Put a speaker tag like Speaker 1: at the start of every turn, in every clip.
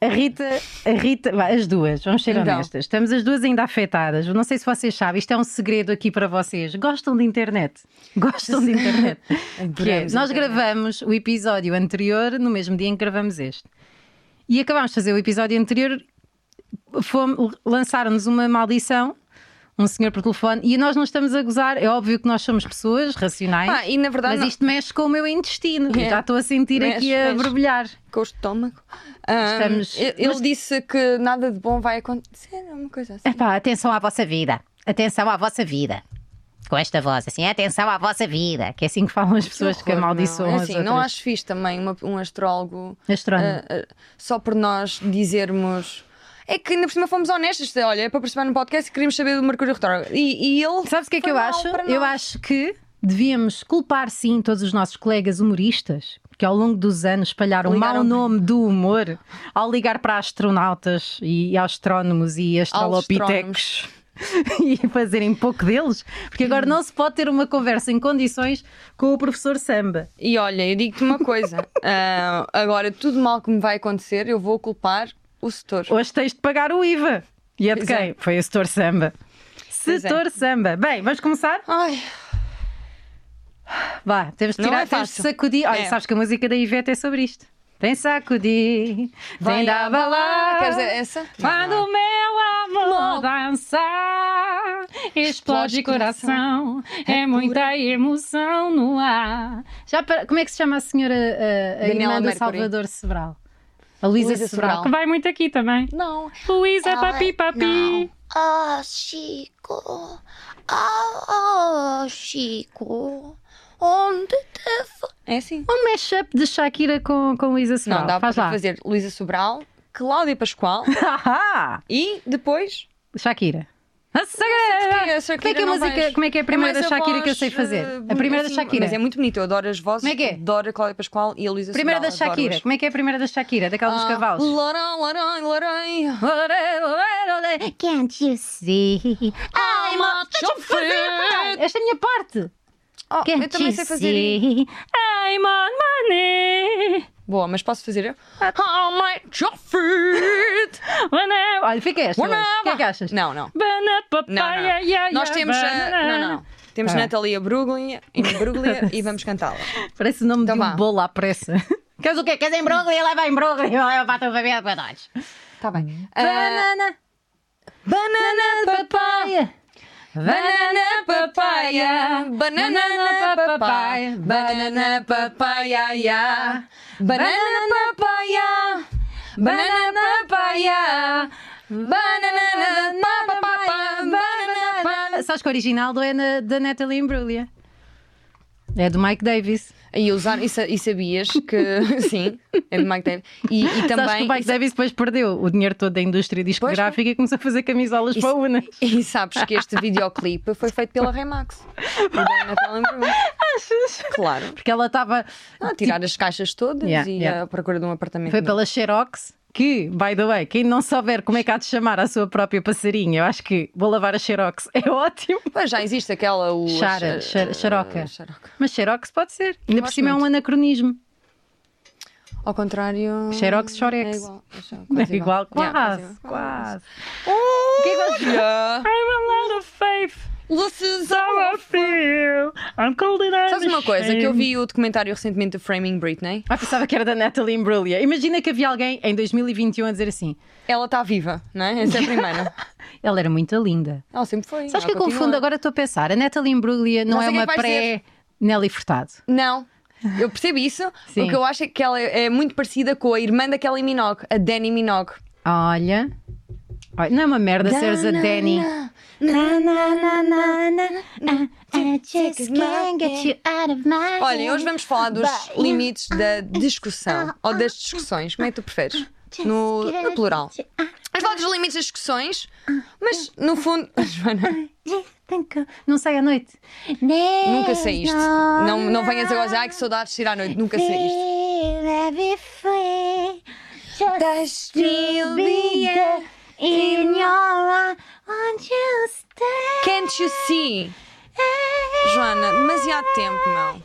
Speaker 1: A Rita, a Rita, vá, as duas, vamos ser
Speaker 2: Então.
Speaker 1: honestas. Estamos as duas ainda afetadas. Não sei se vocês sabem, isto é um segredo aqui para vocês. Gostam de internet? Gostam de internet? Que é,
Speaker 2: Adoramos
Speaker 1: nós
Speaker 2: internet.
Speaker 1: gravamos o episódio anterior no mesmo dia em que gravamos este. E acabámos de fazer o episódio anterior, fomos- lançaram-nos uma maldição, um senhor por telefone, e nós não estamos a gozar. É óbvio que nós somos pessoas racionais,
Speaker 2: Ah, e na verdade,
Speaker 1: mas
Speaker 2: não-
Speaker 1: isto mexe com o meu intestino. Eu
Speaker 2: É.
Speaker 1: Já estou a sentir
Speaker 2: Mexe,
Speaker 1: aqui a
Speaker 2: mexe.
Speaker 1: borbulhar.
Speaker 2: com o estômago. Ah,
Speaker 1: Estamos-
Speaker 2: ele ele
Speaker 1: mas-
Speaker 2: disse que nada de bom vai acontecer, uma coisa assim.
Speaker 1: Epá, atenção à vossa vida. Atenção à vossa vida. Com esta voz, assim, atenção à vossa vida. Que é assim que falam as pessoas que,
Speaker 2: horror,
Speaker 1: amaldiçoam
Speaker 2: não. É
Speaker 1: as
Speaker 2: assim,
Speaker 1: outras. É
Speaker 2: não acho fixe também uma- um astrólogo
Speaker 1: Astrónomo.
Speaker 2: ah, ah, só por nós dizermos. É que ainda por cima fomos honestas. Olha, é para participar no podcast e queríamos saber do Mercúrio Retrógrado. E, e ele.
Speaker 1: Sabes o que é que
Speaker 2: foi
Speaker 1: eu
Speaker 2: mal
Speaker 1: acho?
Speaker 2: para
Speaker 1: Eu
Speaker 2: nós.
Speaker 1: acho que devíamos culpar, sim, todos os nossos colegas humoristas que ao longo dos anos espalharam o mau
Speaker 2: Ligaram-
Speaker 1: nome do humor ao ligar para astronautas e astrónomos e astralopitecos. E fazerem pouco deles, porque agora
Speaker 2: Hum.
Speaker 1: não se pode ter uma conversa em condições com o professor Samba.
Speaker 2: E olha, eu digo-te uma coisa. Ah, agora, tudo mal que me vai acontecer, eu vou culpar o setor.
Speaker 1: Hoje tens de pagar o IVA. E é de
Speaker 2: Pois
Speaker 1: quem? Foi o setor samba.
Speaker 2: Pois é.
Speaker 1: Setor samba. Bem, vamos começar?
Speaker 2: Ai,
Speaker 1: Vá, temos de
Speaker 2: Não
Speaker 1: tirar,
Speaker 2: é
Speaker 1: temos de
Speaker 2: fácil.
Speaker 1: sacudir. Olha,
Speaker 2: É.
Speaker 1: sabes que a música da Ivete é sobre isto. Tem sacudir, tem
Speaker 2: vai
Speaker 1: de abalar.
Speaker 2: Quer dizer, essa?
Speaker 1: Quando o meu amor
Speaker 2: Logo.
Speaker 1: dançar, explode
Speaker 2: Explode
Speaker 1: o coração, é muita emoção no ar. Já para- como é que se chama a senhora, a, a
Speaker 2: Daniela
Speaker 1: irmã do
Speaker 2: Mercury.
Speaker 1: Salvador Sobral? A Luísa
Speaker 2: Luísa
Speaker 1: Sobral,
Speaker 2: Sobral.
Speaker 1: que vai muito aqui também.
Speaker 2: Não.
Speaker 1: Luísa
Speaker 2: Ela-
Speaker 1: papi papi.
Speaker 2: não.
Speaker 3: Ah, Chico. Ah, Chico. Onde te
Speaker 2: É assim.
Speaker 1: Um mashup de Shakira com, com Luísa Sobral.
Speaker 2: Não, dá
Speaker 1: Faz
Speaker 2: para
Speaker 1: lá.
Speaker 2: fazer Luísa Sobral, Cláudia Pascoal
Speaker 1: Haha!
Speaker 2: e depois.
Speaker 1: Shakira. A Sagrada! Como é que é a música? Como é que é a primeira da Shakira que eu sei fazer? A primeira da Shakira.
Speaker 2: Mas é eh, muito bonita, eu adoro as vozes.
Speaker 1: Como é que é?
Speaker 2: Adoro a Cláudia Pascoal e a Luísa
Speaker 1: Primeira da
Speaker 2: Sobral.
Speaker 1: Shakira. Como é que é a primeira da Shakira? Daquela
Speaker 2: Ah,
Speaker 1: dos cavalos.
Speaker 2: Larão, larão, larão.
Speaker 1: Can't you see? I'm a
Speaker 2: chofer.
Speaker 1: Esta é a minha parte.
Speaker 2: Oh,
Speaker 1: Can't
Speaker 2: eu também
Speaker 1: you
Speaker 2: sei fazer isso.
Speaker 1: see? I'm on money.
Speaker 2: Boa, mas posso fazer eu? Oh my chofer.
Speaker 1: Whenever- Olha, fica esta. hoje. O que é que achas?
Speaker 2: Não, não.
Speaker 1: Bana, papai,
Speaker 2: Não, não.
Speaker 1: ia, ia,
Speaker 2: Nós
Speaker 1: ia,
Speaker 2: temos a.
Speaker 1: banana.
Speaker 2: Não, não. Temos
Speaker 1: Tá bem.
Speaker 2: Natalia Bruglia e Bruglia e vamos cantá-la.
Speaker 1: Parece o nome
Speaker 2: Então
Speaker 1: de um
Speaker 2: vá.
Speaker 1: bolo à pressa. Queres o quê? Queres em brogli? Leva em brogli. Leva para a tua família para nós.
Speaker 2: Tá bem.
Speaker 1: Ah. Banana,
Speaker 2: Banana papaya,
Speaker 1: papaya.
Speaker 2: banana papaya, banana papaya, banana papaya, ya. banana papaya, banana papaya, banana papaya, banana papaya.
Speaker 1: Sabes que o original do é na- da Natalie Imbruglia. É do Mike Davis.
Speaker 2: E usar, e, sa- e sabias que sim, é de Mike Davis. E, e
Speaker 1: Sabes que
Speaker 2: também.
Speaker 1: o Mike Davis depois perdeu o dinheiro todo da indústria discográfica e começou a fazer camisolas
Speaker 2: Isso-
Speaker 1: para Una.
Speaker 2: E sabes que este videoclipe foi feito pela Remax. O da Natalie Imbruglia. Claro.
Speaker 1: Porque ela estava.
Speaker 2: Ah, tirar as caixas todas
Speaker 1: Yeah,
Speaker 2: e
Speaker 1: yeah.
Speaker 2: a procura de um apartamento.
Speaker 1: Foi
Speaker 2: novo.
Speaker 1: pela Xerox que, by the way, quem não souber como é que há de chamar a sua própria passarinha, eu acho que vou lavar a Xerox é ótimo.
Speaker 2: Pois já existe aquela. O, eh,
Speaker 1: Chara,
Speaker 2: a-
Speaker 1: char- xaroca.
Speaker 2: a- xaroca.
Speaker 1: Mas Xerox pode ser. Ainda por
Speaker 2: Gosto
Speaker 1: cima é um
Speaker 2: muito.
Speaker 1: anacronismo.
Speaker 2: Ao contrário.
Speaker 1: Xerox, xorex.
Speaker 2: É igual. é
Speaker 1: É igual, quase,
Speaker 2: Yeah, quase igual. Oh,
Speaker 1: quase.
Speaker 2: Que Olha!
Speaker 1: I'm a lot of faith,
Speaker 2: Vocês-
Speaker 1: I feel, I'm cold and
Speaker 2: Sabes uma coisa? Que eu vi o documentário recentemente do Framing Britney.
Speaker 1: Ah, pensava que era da Natalie Imbruglia. Imagina que havia alguém em 2021 a dizer assim,
Speaker 2: Ela está viva, não é? Essa é a primeira.
Speaker 1: ela era muito linda.
Speaker 2: Ela sempre foi.
Speaker 1: Sabes
Speaker 2: ela
Speaker 1: que eu confundo,
Speaker 2: continua.
Speaker 1: agora estou a pensar, a Natalie Imbruglia não
Speaker 2: Não
Speaker 1: é
Speaker 2: sei quem
Speaker 1: uma
Speaker 2: vai ser.
Speaker 1: pré-Nelly Furtado.
Speaker 2: Não. Eu percebo isso.
Speaker 1: Sim.
Speaker 2: O que eu acho é que ela é é muito parecida com a irmã da Kelly Minogue, a Danny Minogue.
Speaker 1: Olha... Olha, não é uma merda seres a Danny.
Speaker 3: Na, na, na, na, na. I, I just can't get you out of my
Speaker 2: Olha, hoje
Speaker 3: head.
Speaker 2: vamos falar dos
Speaker 3: Bem.
Speaker 2: limites da discussão ou das discussões. Como é que tu preferes? No,
Speaker 3: Just
Speaker 2: no
Speaker 3: can't
Speaker 2: plural.
Speaker 3: get you out
Speaker 2: Vamos falar dos limites das discussões, mas no fundo. Joana,
Speaker 3: of- Thank you.
Speaker 1: Não sai à noite.
Speaker 2: nunca sei isto.
Speaker 3: There's
Speaker 2: Não, não venhas agora
Speaker 3: no
Speaker 2: dizer, ai que saudades de tirar à noite, nunca sei isto.
Speaker 3: feel I'll be free. Just to be there in your arms. Won't you stay?
Speaker 2: Can't you see? Joana, demasiado tempo, não.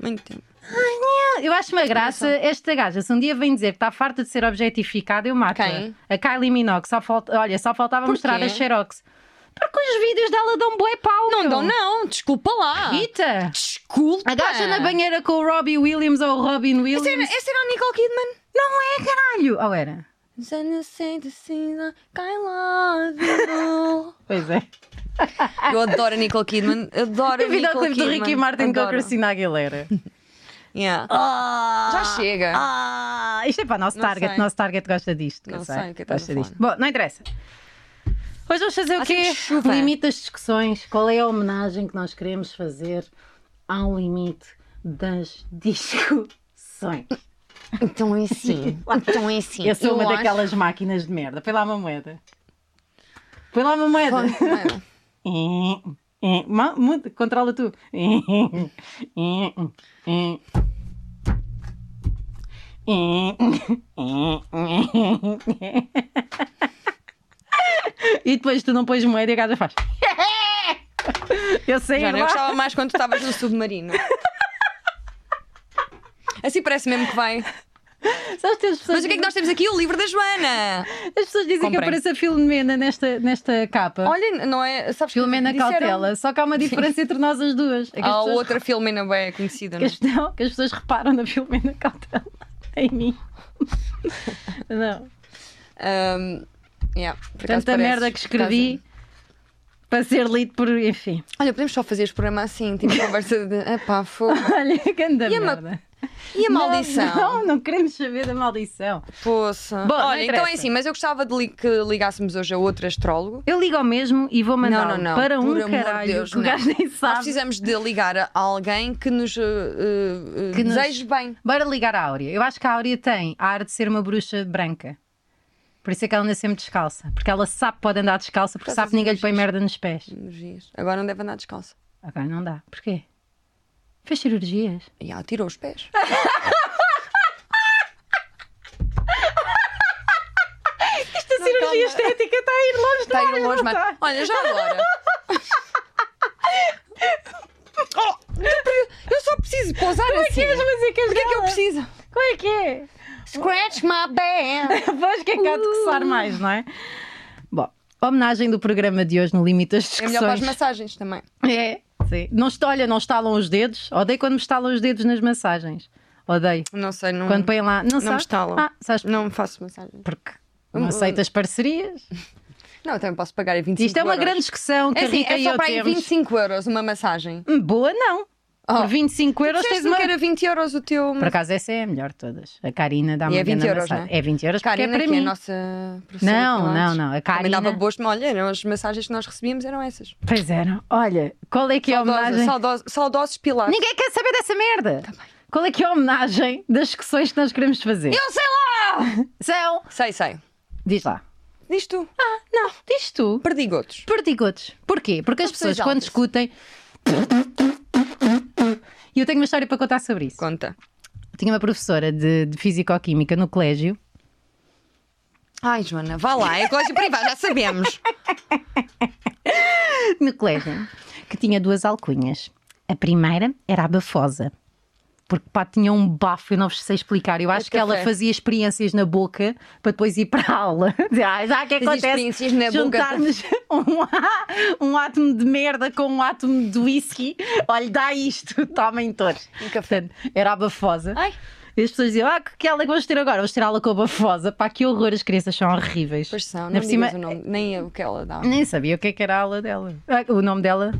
Speaker 2: Muito tempo.
Speaker 1: Ah, Eu acho uma graça esta gaja. Se um dia vem dizer que está farta de ser objetificada, eu mato.
Speaker 2: Quem?
Speaker 1: A Kylie Minogue. Só falta, olha, só faltava
Speaker 2: Porquê?
Speaker 1: mostrar a Xerox. Porque os vídeos dela dão bué pau.
Speaker 2: Não
Speaker 1: meu.
Speaker 2: dão, não. Desculpa lá.
Speaker 1: Rita!
Speaker 2: Desculpa.
Speaker 1: A gaja na banheira com o Robbie Williams ou o Robin Williams.
Speaker 2: Essa era, essa era a Nicole Kidman.
Speaker 1: Não é, caralho! Ou era?
Speaker 2: Then you say the
Speaker 1: assim,
Speaker 2: things
Speaker 1: né?
Speaker 2: like I love you.
Speaker 1: Pois é.
Speaker 2: Eu adoro a Nicole Kidman. Adoro a
Speaker 1: O
Speaker 2: Nicole
Speaker 1: videoclipe do
Speaker 2: Kidman.
Speaker 1: Ricky Martin com a
Speaker 2: Adoro.
Speaker 1: Cristina Aguilera.
Speaker 2: Yeah. Já chega.
Speaker 1: Ah, isto é para o nosso
Speaker 2: Não
Speaker 1: target.
Speaker 2: sei.
Speaker 1: Nosso target gosta disto.
Speaker 2: Não
Speaker 1: eu
Speaker 2: sei o que é que estás
Speaker 1: gosta
Speaker 2: a
Speaker 1: disto. Bom, não interessa. Hoje vamos fazer o
Speaker 2: Acho que
Speaker 1: quê?
Speaker 2: chuva.
Speaker 1: Limite das discussões. Qual é a homenagem que nós queremos fazer ao limite das discussões?
Speaker 3: Então é assim. Então é assim.
Speaker 1: eu sou uma
Speaker 2: eu acho-
Speaker 1: daquelas máquinas de merda. Põe lá uma moeda. Põe lá uma moeda. Hum, Ma- muda, Controla tu. Hum, hum, E depois tu não pões moeda e a gaja faz. Eu sei
Speaker 2: Já não, eu
Speaker 1: lá.
Speaker 2: gostava mais quando tu estavas no submarino. Assim parece mesmo que vai.
Speaker 1: Sabes que as pessoas,
Speaker 2: Mas o que é que nós temos aqui? O livro da Joana!
Speaker 1: as pessoas dizem que
Speaker 2: Comprei.
Speaker 1: aparece a Filomena nesta, nesta capa.
Speaker 2: Olha, não é. Sabes que
Speaker 1: Filomena
Speaker 2: disseram-
Speaker 1: Cautela. Só que há uma diferença entre nós as duas. É que as
Speaker 2: Há
Speaker 1: pessoas
Speaker 2: outra Filomena bem conhecida,
Speaker 1: que
Speaker 2: não é?
Speaker 1: as, não, que as pessoas reparam na Filomena Cautela em mim. não.
Speaker 2: Ahm, Um, yeah, por acaso
Speaker 1: Tanta
Speaker 2: parece,
Speaker 1: merda que
Speaker 2: por acaso- é.
Speaker 1: escrevi para ser lido por. Enfim.
Speaker 2: Olha, podemos só fazer este programa assim, tipo conversa de. Epá, fogo.
Speaker 1: Olha, que anda
Speaker 2: E a ma-
Speaker 1: merda.
Speaker 2: E a
Speaker 1: Não,
Speaker 2: maldição?
Speaker 1: não, não queremos saber da maldição.
Speaker 2: Poça.
Speaker 1: Bom, não
Speaker 2: Olha, então é
Speaker 1: interessa.
Speaker 2: assim, mas eu gostava de li- que ligássemos hoje a outro astrólogo.
Speaker 1: Eu ligo ao mesmo e vou mandar
Speaker 2: Não, não, não.
Speaker 1: para
Speaker 2: Por
Speaker 1: um
Speaker 2: amor de
Speaker 1: caralho
Speaker 2: Deus,
Speaker 1: que o
Speaker 2: não.
Speaker 1: gajo nem
Speaker 2: Nós
Speaker 1: sabe.
Speaker 2: precisamos de ligar a alguém que nos eh, eh,
Speaker 1: Que nos-
Speaker 2: deseje bem.
Speaker 1: Bora ligar à Áurea. Eu acho que a Áurea tem a arte de ser uma bruxa branca. Por isso é que ela anda sempre descalça. Porque ela sabe que pode andar descalça, porque
Speaker 2: Por
Speaker 1: sabe
Speaker 2: causa
Speaker 1: que ninguém lhe
Speaker 2: dos
Speaker 1: põe
Speaker 2: bichos.
Speaker 1: merda nos pés.
Speaker 2: Energias. Agora não deve andar descalço.
Speaker 1: Agora não dá. Porquê? Fez cirurgias.
Speaker 2: E ela tirou os pés.
Speaker 1: Esta cirurgia estética está a ir longe
Speaker 2: Está aí um longe, mas.
Speaker 1: tá.
Speaker 2: Olha, já agora. Oh, eu pre- eu só preciso pousar assim.
Speaker 1: Queres fazer que as
Speaker 2: O que é que eu preciso?
Speaker 1: Como é que é?
Speaker 3: Scratch my back.
Speaker 1: Vós que é que há de
Speaker 2: Uh.
Speaker 1: coçar mais, não é? Bom, homenagem do programa de hoje no Limite das
Speaker 2: É melhor para as
Speaker 1: Discussões.
Speaker 2: massagens também.
Speaker 1: É, sim. Não, est- olha, não estalam os dedos. Odeio quando me estalam os dedos nas massagens. Odeio.
Speaker 2: Não sei, Hum. não.
Speaker 1: Quando põem lá. Não,
Speaker 2: me
Speaker 1: sabes?
Speaker 2: estalam. Hum, uh,
Speaker 1: Ah, sabes
Speaker 2: Não faço massagens.
Speaker 1: porque não aceitas parcerias?
Speaker 2: Não, eu também posso pagar em 25
Speaker 1: Isto é uma
Speaker 2: euros.
Speaker 1: grande discussão que
Speaker 2: É
Speaker 1: a
Speaker 2: assim,
Speaker 1: Rita
Speaker 2: é
Speaker 1: e
Speaker 2: só
Speaker 1: eu
Speaker 2: para aí
Speaker 1: temos.
Speaker 2: 25 euros uma massagem.
Speaker 1: Boa, não.
Speaker 2: Oh.
Speaker 1: Por 25 euros tens
Speaker 2: Disseste-me
Speaker 1: uma.
Speaker 2: que era 20 euros o teu.
Speaker 1: Por acaso essa é a melhor de todas. A Karina dá
Speaker 2: E
Speaker 1: uma
Speaker 2: é 20
Speaker 1: grande
Speaker 2: euros,
Speaker 1: massagem.
Speaker 2: não é?
Speaker 1: É 20 euros porque é
Speaker 2: Karina,
Speaker 1: para
Speaker 2: que é
Speaker 1: mim.
Speaker 2: a nossa professora.
Speaker 1: Não,
Speaker 2: de Pilates,
Speaker 1: não, não, a
Speaker 2: Também
Speaker 1: Karina-
Speaker 2: dava boas. Olha, eram as massagens que nós recebíamos eram essas.
Speaker 1: Pois era. Olha, qual é que é a
Speaker 2: Saudosos,
Speaker 1: homenagem?
Speaker 2: saudosos, saudosos pilates.
Speaker 1: Ninguém quer saber dessa merda.
Speaker 2: Tá
Speaker 1: Qual é que é a homenagem das discussões que nós queremos fazer?
Speaker 2: Eu sei lá!
Speaker 1: São.
Speaker 2: Sei, sei.
Speaker 1: Diz lá.
Speaker 2: Diz tu.
Speaker 1: Ah, não. Diz tu.
Speaker 2: Perdigotos.
Speaker 1: Perdigotes. Porquê? Porque as
Speaker 2: São pessoas
Speaker 1: pessoas quando
Speaker 2: altas.
Speaker 1: discutem. E eu tenho uma história para contar sobre isso.
Speaker 2: Conta.
Speaker 1: Tinha uma professora de, de Físico-Química no colégio.
Speaker 2: Ai, Joana, vá lá. É colégio privado, já sabemos.
Speaker 1: No colégio. Que tinha duas alcunhas. A primeira era a bafosa. Porque pá, tinha um bafo, eu não vos sei explicar. Eu acho que ela
Speaker 2: É café.
Speaker 1: fazia experiências na boca para depois ir para a aula. Ah, já que
Speaker 2: Fazia
Speaker 1: acontece
Speaker 2: experiências na boca.
Speaker 1: juntarmos um, á- um átomo de merda com um átomo de whisky. Olha, dá isto, tomem todos.
Speaker 2: Um café.
Speaker 1: Portanto, era a bafosa.
Speaker 2: Ai,
Speaker 1: E as pessoas diziam, ah, que, que aula é que vamos ter agora? Vamos ter aula com a bafosa. Pá, que horror, as crianças são horríveis.
Speaker 2: pois são,
Speaker 1: Ainda
Speaker 2: não
Speaker 1: por
Speaker 2: digas
Speaker 1: cima,
Speaker 2: o nome, nem o que ela dá.
Speaker 1: nem sabia o que, é que era a aula dela. Ah, O nome dela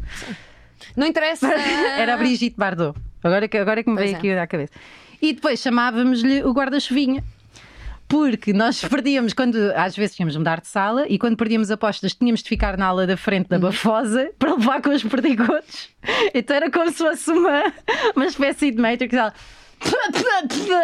Speaker 2: Não interessa.
Speaker 1: era a Brigitte Bardot. Agora que, agora que me
Speaker 2: Ah. Pois
Speaker 1: veio
Speaker 2: é.
Speaker 1: aqui à cabeça. E depois chamávamos-lhe o guarda-chuvinha. Porque nós perdíamos, quando às vezes tínhamos de mudar de sala e quando perdíamos apostas tínhamos de ficar na ala da frente
Speaker 2: Uhum.
Speaker 1: da bafosa para levar com os perdigotes. Então era como se fosse uma, uma espécie de Matrix. Ela...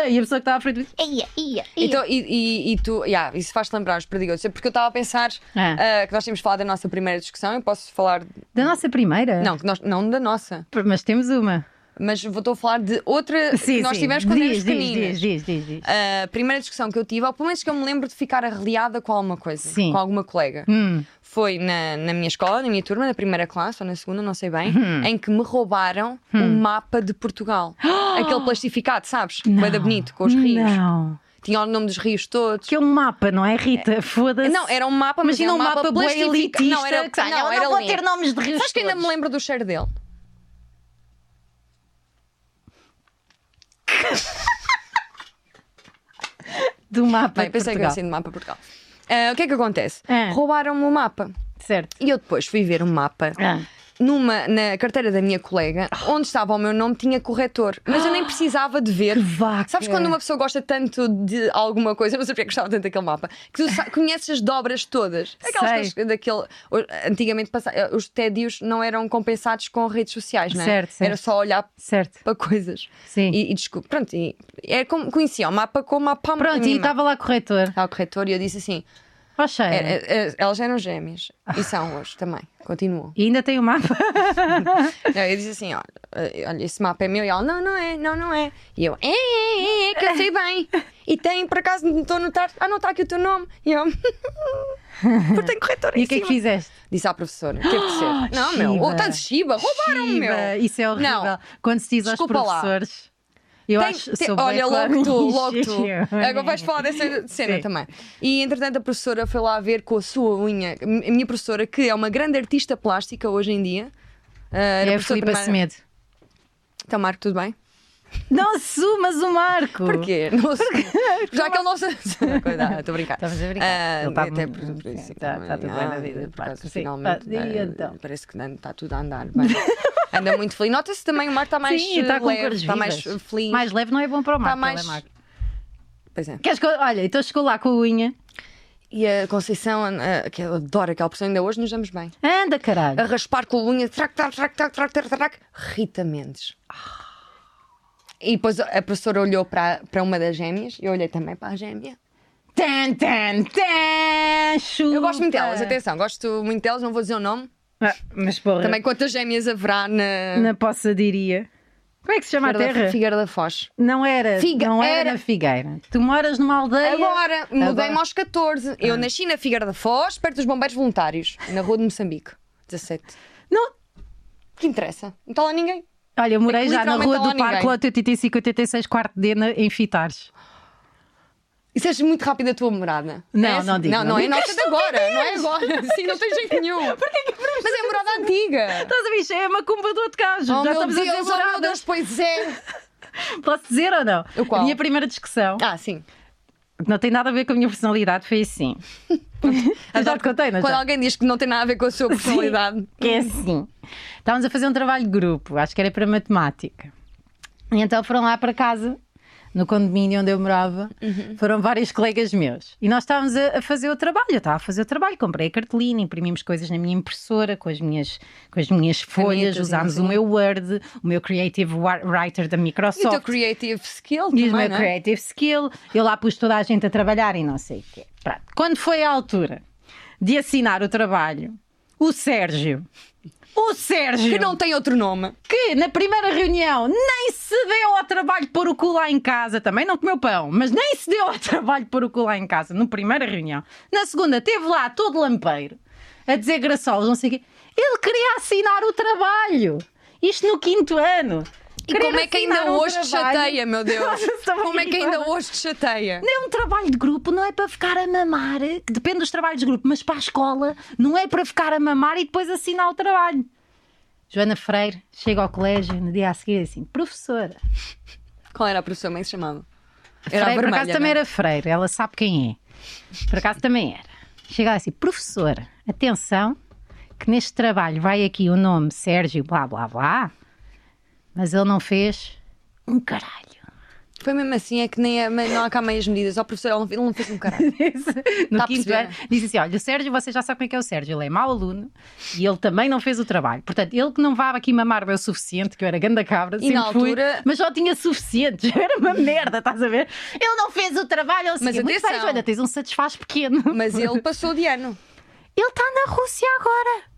Speaker 1: E a pessoa que estava à frente dizia,
Speaker 3: Ia, ia, ia.
Speaker 2: Então, e, e- e tu, yeah, isso faz-te lembrar os perdigotos, É porque eu estava a pensar
Speaker 1: Ah.
Speaker 2: ah, que nós tínhamos falado da nossa primeira discussão. Eu posso falar.
Speaker 1: da nossa primeira?
Speaker 2: Não, que nós, não da nossa.
Speaker 1: Mas temos uma.
Speaker 2: Mas vou estou a falar de outra que nós tivemos quando éramos
Speaker 1: diz, diz,
Speaker 2: pequeninas.
Speaker 1: diz,
Speaker 2: Ah,
Speaker 1: diz, diz, diz.
Speaker 2: A primeira discussão que eu tive, ou pelo menos que eu me lembro de ficar arreliada com alguma coisa,
Speaker 1: Sim.
Speaker 2: com alguma colega,
Speaker 1: Hum,
Speaker 2: foi na, na minha escola, na minha turma, na primeira classe ou na segunda, não sei bem,
Speaker 1: Hum.
Speaker 2: em que me roubaram o mapa de Portugal. Aquele plastificado, sabes?
Speaker 1: não.
Speaker 2: Bem bonito, com os rios.
Speaker 1: Hum. Não.
Speaker 2: Tinha o nome dos rios todos.
Speaker 1: Que é um mapa, não é, Rita? Foda-se.
Speaker 2: Não, era um mapa, mas
Speaker 1: Imagina
Speaker 2: era
Speaker 1: um mapa, bué
Speaker 2: plastificado.
Speaker 1: elitista.
Speaker 2: Não, era, tá,
Speaker 1: que, olha,
Speaker 2: não,
Speaker 1: eu
Speaker 2: era
Speaker 1: não vou
Speaker 2: lindo.
Speaker 1: ter nomes de rios
Speaker 2: Sabes que ainda me
Speaker 1: todos.
Speaker 2: lembro do cheiro dele?
Speaker 1: Do mapa
Speaker 2: Bem,
Speaker 1: de
Speaker 2: pensei
Speaker 1: Portugal.
Speaker 2: que era assim de mapa Portugal. Ah, o que é que acontece?
Speaker 1: Ah.
Speaker 2: Roubaram-me o mapa.
Speaker 1: Certo.
Speaker 2: E eu depois fui ver o mapa
Speaker 1: Ah.
Speaker 2: numa, na carteira da minha colega, onde estava o meu nome, tinha corretor. Mas eu nem precisava de ver.
Speaker 1: Que vaca.
Speaker 2: Sabes quando uma pessoa gosta tanto de alguma coisa, eu não sei porque é que gostava tanto daquele mapa, que tu sa- conheces as dobras todas. Aquelas
Speaker 1: Sei.
Speaker 2: das- daquele. o- Antigamente passa- eh, os tédios não eram compensados com redes sociais, não é?
Speaker 1: Certo, certo.
Speaker 2: Era só olhar
Speaker 1: Certo.
Speaker 2: para coisas.
Speaker 1: Sim.
Speaker 2: E, e desculpa, pronto, e, é como, conhecia o mapa como a palma da
Speaker 1: Pronto,
Speaker 2: minha
Speaker 1: e
Speaker 2: mão.
Speaker 1: estava lá corretor.
Speaker 2: Estava o corretor e eu disse assim:
Speaker 1: Ó, cheira.
Speaker 2: é, é, é, elas eram gêmeas e são hoje também, continuam.
Speaker 1: E ainda tem o mapa.
Speaker 2: Não, eu disse assim: olha, eh, olha, esse mapa é meu e ela: não, não é, não, não é. E eu: é, é, é, é que eu sei bem. E tem, por acaso, não estou a notar, ah, não está aqui o teu nome. E eu: porque tem corretor
Speaker 1: E
Speaker 2: em
Speaker 1: o que é que
Speaker 2: cima.
Speaker 1: fizeste?
Speaker 2: Disse à professora: é teve de ser. Não, meu,
Speaker 1: Chiba.
Speaker 2: ou está de Shiba, roubaram-me, meu.
Speaker 1: Iba, Isso é horrível.
Speaker 2: Não.
Speaker 1: Quando se diz aos
Speaker 2: Desculpa lá.
Speaker 1: professores. Eu
Speaker 2: Tem-
Speaker 1: acho
Speaker 2: tem-
Speaker 1: sou bué
Speaker 2: olha, logo tu, logo tu.
Speaker 1: clarinha.
Speaker 2: Agora vais falar dessa cena
Speaker 1: É Sim.
Speaker 2: também. E entretanto, a professora foi lá ver com a sua unha, a minha professora, que é uma grande artista plástica hoje em dia. Ah, era
Speaker 1: É a
Speaker 2: professora
Speaker 1: Filipa
Speaker 2: primária-
Speaker 1: Semedo.
Speaker 2: Então, Marco, tudo bem?
Speaker 1: Não assumas o Marco!
Speaker 2: Porquê? Não sei. Já que ele não sabe. Cuidado, Estou a brincar.
Speaker 1: Estamos a brincar.
Speaker 2: Ah,
Speaker 1: Ele tá
Speaker 2: até
Speaker 1: muito-
Speaker 2: por- por isso,
Speaker 1: tá- tá tudo bem na
Speaker 2: ah,
Speaker 1: vida,
Speaker 2: por
Speaker 1: Marco,
Speaker 2: acaso,
Speaker 1: sim.
Speaker 2: finalmente,
Speaker 1: Ah, e
Speaker 2: ah,
Speaker 1: então?
Speaker 2: Parece que não- está tudo a andar bem. Anda muito feliz. Nota-se também o Marco está Tá mais eh,
Speaker 1: Sim, está com
Speaker 2: leve,
Speaker 1: cores
Speaker 2: está mais
Speaker 1: vivas.
Speaker 2: feliz. tá
Speaker 1: Mais leve não é bom para o Marco. ele é
Speaker 2: mais-
Speaker 1: magro.
Speaker 2: Pois é.
Speaker 1: Queres que eu- Olha, então chegou lá com a unha.
Speaker 2: E a Conceição, ah, que eu adoro aquela pessoa, ainda hoje nos damos bem.
Speaker 1: Anda,
Speaker 2: a
Speaker 1: caralho!
Speaker 2: raspar com a unha, trac, trac, trac, trac, trac, trac, trac, Rita Mendes. Ah. E depois a professora olhou para, para uma das gêmeas, eu olhei também para a gêmea.
Speaker 1: Tan, tan, tan! Chupa.
Speaker 2: Eu gosto muito delas, atenção, gosto muito delas, não vou dizer o nome.
Speaker 1: Ah, mas porra,
Speaker 2: Também quantas gêmeas haverá na,
Speaker 1: na poça diria. Como é que se chama a
Speaker 2: Figueira,
Speaker 1: terra?
Speaker 2: da, Figueira da Foz?
Speaker 1: Não era,
Speaker 2: Figa-
Speaker 1: não era,
Speaker 2: era-
Speaker 1: na Figueira. Tu moras numa aldeia.
Speaker 2: Agora, mudei-me
Speaker 1: é. Agora-
Speaker 2: aos 14. Eu nasci na Figueira da Foz, perto dos Bombeiros Voluntários, na Rua de Moçambique, 17.
Speaker 1: Não.
Speaker 2: Que interessa? Não está lá ninguém.
Speaker 1: Olha, eu morei
Speaker 2: É que
Speaker 1: já na
Speaker 2: literalmente
Speaker 1: rua
Speaker 2: não há
Speaker 1: do Parque,
Speaker 2: ninguém.
Speaker 1: lá 85, 86, quarto D, na- em Fitares.
Speaker 2: Isso és muito rápido a tua morada.
Speaker 1: Não,
Speaker 2: é
Speaker 1: não digo,
Speaker 2: Não,
Speaker 1: não
Speaker 2: não, é
Speaker 1: digo.
Speaker 2: nota de agora. Não é agora. Sim, não tem jeito nenhum. Mas é morada antiga.
Speaker 1: Estás a ver? Isto É uma cumba do outro gajo.
Speaker 2: Oh,
Speaker 1: assim? já
Speaker 2: meu
Speaker 1: estamos a dizer
Speaker 2: Deus, oh, meu
Speaker 1: moradas.
Speaker 2: Deus, pois é.
Speaker 1: Posso dizer ou não?
Speaker 2: O qual?
Speaker 1: A minha primeira discussão,
Speaker 2: Ah, sim.
Speaker 1: não tem nada a ver com a minha personalidade, foi assim. Eu já te contei, não
Speaker 2: Quando
Speaker 1: já?
Speaker 2: alguém diz que não tem nada a ver com a sua personalidade.
Speaker 1: Que é assim. Estávamos a fazer um trabalho de grupo, acho que era para matemática. E então foram lá para casa, no condomínio onde eu morava,
Speaker 2: Uhum.
Speaker 1: foram vários colegas meus. E nós estávamos a, a fazer o trabalho, eu estava a fazer o trabalho, comprei a cartolina, imprimimos coisas na minha impressora, com as minhas, com as minhas folhas,
Speaker 2: e
Speaker 1: usámos
Speaker 2: assim.
Speaker 1: o meu Word, o meu Creative Wa- Writer da
Speaker 2: E o teu
Speaker 1: Microsoft.
Speaker 2: creative skill
Speaker 1: E o
Speaker 2: também,
Speaker 1: meu
Speaker 2: não é?
Speaker 1: creative skill, eu lá pus toda a gente a trabalhar e não sei o quê. Pronto. Quando foi a altura de assinar o trabalho, o Sérgio, o Sérgio,
Speaker 2: Que não tem outro nome.
Speaker 1: que na primeira reunião nem se deu ao trabalho de pôr o cu lá em casa, também não comeu pão, mas nem se deu ao trabalho de pôr o cu lá em casa, na primeira reunião. Na segunda, teve lá todo lampeiro, a dizer graçolas, não sei o quê. Ele queria assinar o trabalho. Isto no quinto ano.
Speaker 2: E
Speaker 1: Querer
Speaker 2: como é que ainda
Speaker 1: assinar um
Speaker 2: hoje te
Speaker 1: trabalho-
Speaker 2: chateia, meu Deus?
Speaker 1: Estava
Speaker 2: Como é que ainda
Speaker 1: irritada.
Speaker 2: hoje te chateia?
Speaker 1: É um trabalho de grupo, não é para ficar a mamar, que depende dos trabalhos de grupo, mas para a escola não é para ficar a mamar e depois assinar o trabalho. Joana Freire chega ao colégio no dia a seguir e diz assim: professora.
Speaker 2: Qual era a professora? Como é que se chamava? Era a
Speaker 1: Freire, por
Speaker 2: vermelha,
Speaker 1: acaso
Speaker 2: não é?
Speaker 1: também era Freire, ela sabe quem é. Por acaso também era. Chega lá assim: professora, atenção, que neste trabalho vai aqui o nome Sérgio, blá blá blá, mas ele não fez um caralho.
Speaker 2: Foi mesmo assim, é que nem é- não há cá meias medidas. Ó, professor, ele não fez um caralho.
Speaker 1: no
Speaker 2: Tá a
Speaker 1: quinto
Speaker 2: perceber?
Speaker 1: ano, disse assim: olha, o Sérgio, você já sabe como é que é o Sérgio, ele é mau aluno e ele também não fez o trabalho. Portanto, ele que não vá aqui mamar bem o suficiente, que eu era ganda cabra, sempre
Speaker 2: na
Speaker 1: fui,
Speaker 2: altura-
Speaker 1: mas já tinha suficiente, já era uma merda, estás a ver? Ele não fez o trabalho, ele
Speaker 2: Mas
Speaker 1: seguiu, muito
Speaker 2: atenção.
Speaker 1: bem, olha, tens um satisfaz pequeno. tá
Speaker 2: Mas ele passou de ano.
Speaker 1: Ele está na Rússia agora.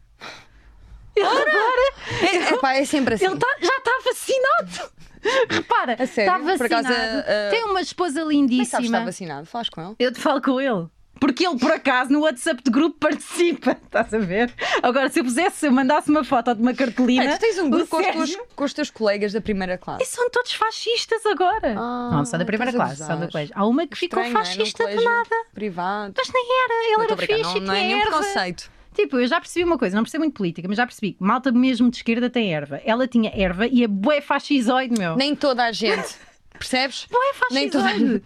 Speaker 2: É, pá, é sempre assim.
Speaker 1: Ele tá- já está vacinado. Repara,
Speaker 2: A sério?
Speaker 1: está
Speaker 2: Por
Speaker 1: vacinado.
Speaker 2: acaso, ah,
Speaker 1: Tem uma esposa
Speaker 2: Como é que sabes que está
Speaker 1: lindíssima.
Speaker 2: vacinado? Falas com ele?
Speaker 1: Eu te falo com ele. Porque ele, por acaso, no WhatsApp de grupo participa. Estás a ver? Agora, se eu pusesse, se eu mandasse uma foto de uma cartolina.
Speaker 2: Ei, tu tens um
Speaker 1: o
Speaker 2: grupo com os,
Speaker 1: Sérgio-
Speaker 2: teus, com os teus colegas da primeira classe.
Speaker 1: E são todos fascistas agora.
Speaker 2: Ah,
Speaker 1: não, são da primeira
Speaker 2: estás a
Speaker 1: classe, são do
Speaker 2: gozar.
Speaker 1: colégio. Há uma que ficou
Speaker 2: Estranho, não é? Num
Speaker 1: fascista de
Speaker 2: colégio
Speaker 1: nada.
Speaker 2: Privado.
Speaker 1: Mas nem era, ele
Speaker 2: Não, tô
Speaker 1: era
Speaker 2: brincando,
Speaker 1: fixe e
Speaker 2: não, não é
Speaker 1: tinha
Speaker 2: nenhum
Speaker 1: erva.
Speaker 2: preconceito.
Speaker 1: Tipo, eu já percebi uma coisa, não percebo muito política, mas já percebi que malta mesmo de esquerda tem erva. Ela tinha erva e é bué fascisoide, meu.
Speaker 2: Nem toda a gente. Percebes?
Speaker 1: Bué
Speaker 2: Nem toda-
Speaker 1: fascisoide.